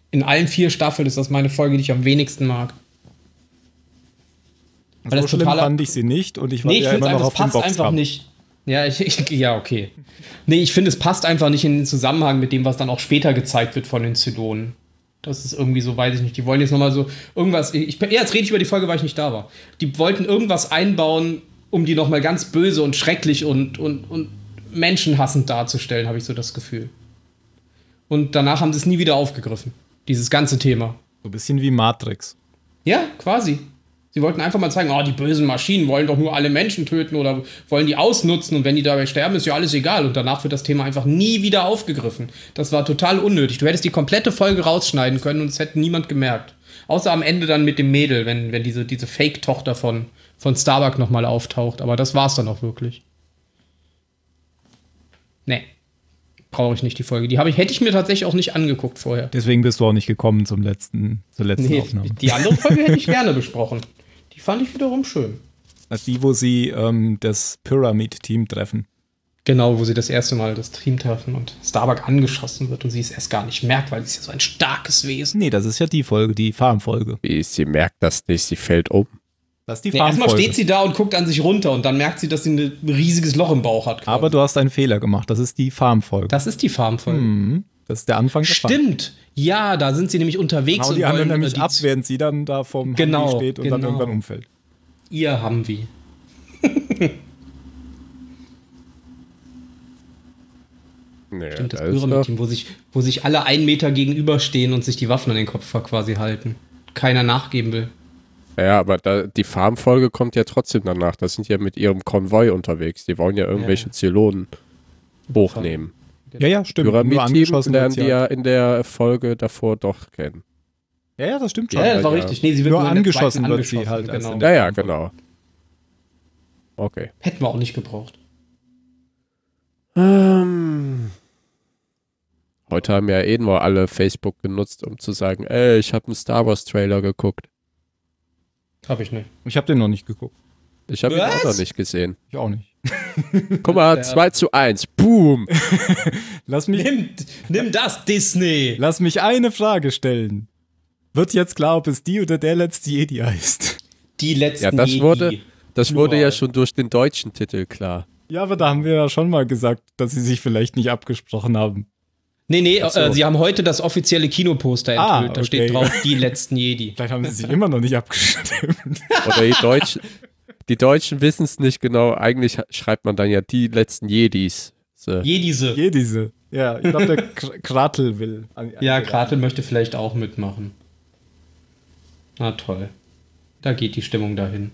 Speaker 2: In allen vier Staffeln ist das meine Folge, die ich am wenigsten mag. weil
Speaker 1: so
Speaker 2: das
Speaker 1: schlimm
Speaker 2: totaler-
Speaker 1: fand ich sie nicht und ich war
Speaker 2: Nee, ich
Speaker 1: ja
Speaker 2: finde
Speaker 1: immer
Speaker 2: es
Speaker 1: noch
Speaker 2: einfach, es
Speaker 1: auf dem
Speaker 2: passt einfach
Speaker 1: Boxkampf.
Speaker 2: nicht. Ja, ich, ich, ja, okay. Nee, ich finde, es passt einfach nicht in den Zusammenhang mit dem, was dann auch später gezeigt wird von den Zydonen. Das ist irgendwie so, weiß ich nicht. Die wollen jetzt nochmal so irgendwas. Ich, ja, jetzt rede ich über die Folge, weil ich nicht da war. Die wollten irgendwas einbauen, um die nochmal ganz böse und schrecklich und, und, und menschenhassend darzustellen, habe ich so das Gefühl. Und danach haben sie es nie wieder aufgegriffen. Dieses ganze Thema.
Speaker 1: So ein bisschen wie Matrix.
Speaker 2: Ja, quasi. Sie wollten einfach mal zeigen, oh, die bösen Maschinen wollen doch nur alle Menschen töten oder wollen die ausnutzen und wenn die dabei sterben, ist ja alles egal. Und danach wird das Thema einfach nie wieder aufgegriffen. Das war total unnötig. Du hättest die komplette Folge rausschneiden können und es hätte niemand gemerkt. Außer am Ende dann mit dem Mädel, wenn, wenn diese, diese Fake-Tochter von, von Starbuck nochmal auftaucht. Aber das war's dann auch wirklich. Nee. Brauche ich nicht die Folge. Die habe ich, hätte ich mir tatsächlich auch nicht angeguckt vorher.
Speaker 1: Deswegen bist du auch nicht gekommen zum letzten, zur letzten
Speaker 2: Nee,
Speaker 1: Aufnahme.
Speaker 2: die andere Folge hätte ich gerne besprochen. Die fand ich wiederum schön.
Speaker 1: Das ist die, wo sie ähm, das Pyramid-Team treffen.
Speaker 2: Genau, wo sie das erste Mal das Team treffen und Starbuck angeschossen wird und sie es erst gar nicht merkt, weil sie ist ja so ein starkes Wesen.
Speaker 1: Nee, das ist ja die Folge, die Farmfolge.
Speaker 3: Wie, sie merkt das nicht, sie fällt um.
Speaker 1: Das ist die
Speaker 2: Nee, erstmal
Speaker 1: Farmfolge.
Speaker 2: steht sie da und guckt an sich runter und dann merkt sie, dass sie ein riesiges Loch im Bauch hat.
Speaker 1: Aber du hast einen Fehler gemacht. Das ist die Farmfolge.
Speaker 2: das ist die Farmfolge.
Speaker 1: Mhm. Das ist der Anfang der Farm.
Speaker 2: Stimmt. Ja, da sind sie nämlich unterwegs
Speaker 1: Genau, die anderen nämlich
Speaker 2: die-
Speaker 1: ab, während sie dann da vom
Speaker 2: Genau,
Speaker 1: Handy steht und dann
Speaker 2: genau.
Speaker 1: irgendwann umfällt.
Speaker 2: ihr haben wir.
Speaker 3: Nee,
Speaker 2: Stimmt, das
Speaker 3: da ist noch-
Speaker 1: äh,
Speaker 2: Pyramid-Team, wo sich, wo sich alle einen Meter gegenüberstehen und sich die Waffen an den Kopf quasi halten. Keiner nachgeben will.
Speaker 3: Ja, aber da, die Farmfolge kommt ja trotzdem danach. Das sind ja mit ihrem Konvoi unterwegs. Die wollen ja irgendwelche Zylonen hochnehmen.
Speaker 2: Genau.
Speaker 1: Ja, ja, stimmt. Nur
Speaker 3: Pyramid-Team
Speaker 1: angeschossen
Speaker 3: lernen
Speaker 1: wird's
Speaker 3: die ja in der Folge davor doch kennen.
Speaker 1: ja, ja, das stimmt schon.
Speaker 2: Ja, das war
Speaker 3: ja.
Speaker 2: richtig. Nee, sie wird
Speaker 1: Nur
Speaker 2: in der zweiten
Speaker 1: angeschossen wird sie halt als
Speaker 2: Genau.
Speaker 1: in
Speaker 3: Ja, ja, genau. Okay.
Speaker 2: Hätten wir auch nicht gebraucht.
Speaker 3: Ähm. Heute haben ja eh nur alle Facebook genutzt, um zu sagen, ey, ich habe einen Star Wars Trailer geguckt.
Speaker 2: Hab ich nicht.
Speaker 1: Ich habe den noch nicht geguckt.
Speaker 3: Ich habe ihn
Speaker 2: Was?
Speaker 3: auch noch nicht gesehen.
Speaker 1: Ich auch nicht.
Speaker 3: Guck mal, 2 zu 1. Boom.
Speaker 1: Lass mich,
Speaker 2: Nimm, nimm das, Disney!
Speaker 1: lass mich eine Frage stellen. Wird jetzt klar, ob es die oder der letzte Jedi heißt?
Speaker 2: Die letzten
Speaker 3: Ja, das
Speaker 2: Jedi.
Speaker 3: wurde, das wurde ja
Speaker 2: Plural.
Speaker 3: schon durch den deutschen Titel klar.
Speaker 1: Ja, aber da haben wir ja schon mal gesagt, dass sie sich vielleicht nicht abgesprochen haben.
Speaker 2: Nee, nee,
Speaker 1: so.
Speaker 2: äh, sie haben heute das offizielle Kinoposter enthüllt.
Speaker 1: Ah,
Speaker 2: Da
Speaker 1: okay.
Speaker 2: steht drauf, die letzten Jedi.
Speaker 1: Vielleicht haben sie sich immer noch nicht abgestimmt.
Speaker 3: Oder die Deutschen, die Deutschen wissen es nicht genau. Eigentlich ha- schreibt man dann ja die letzten Jedis. So.
Speaker 2: Jedise.
Speaker 1: Jedise. Ja, ich glaube, der Kr- Kratel will. an-
Speaker 2: Ja,
Speaker 1: an-
Speaker 2: Kratel möchte vielleicht auch mitmachen. Na toll. Da Ah, geht die Stimmung dahin.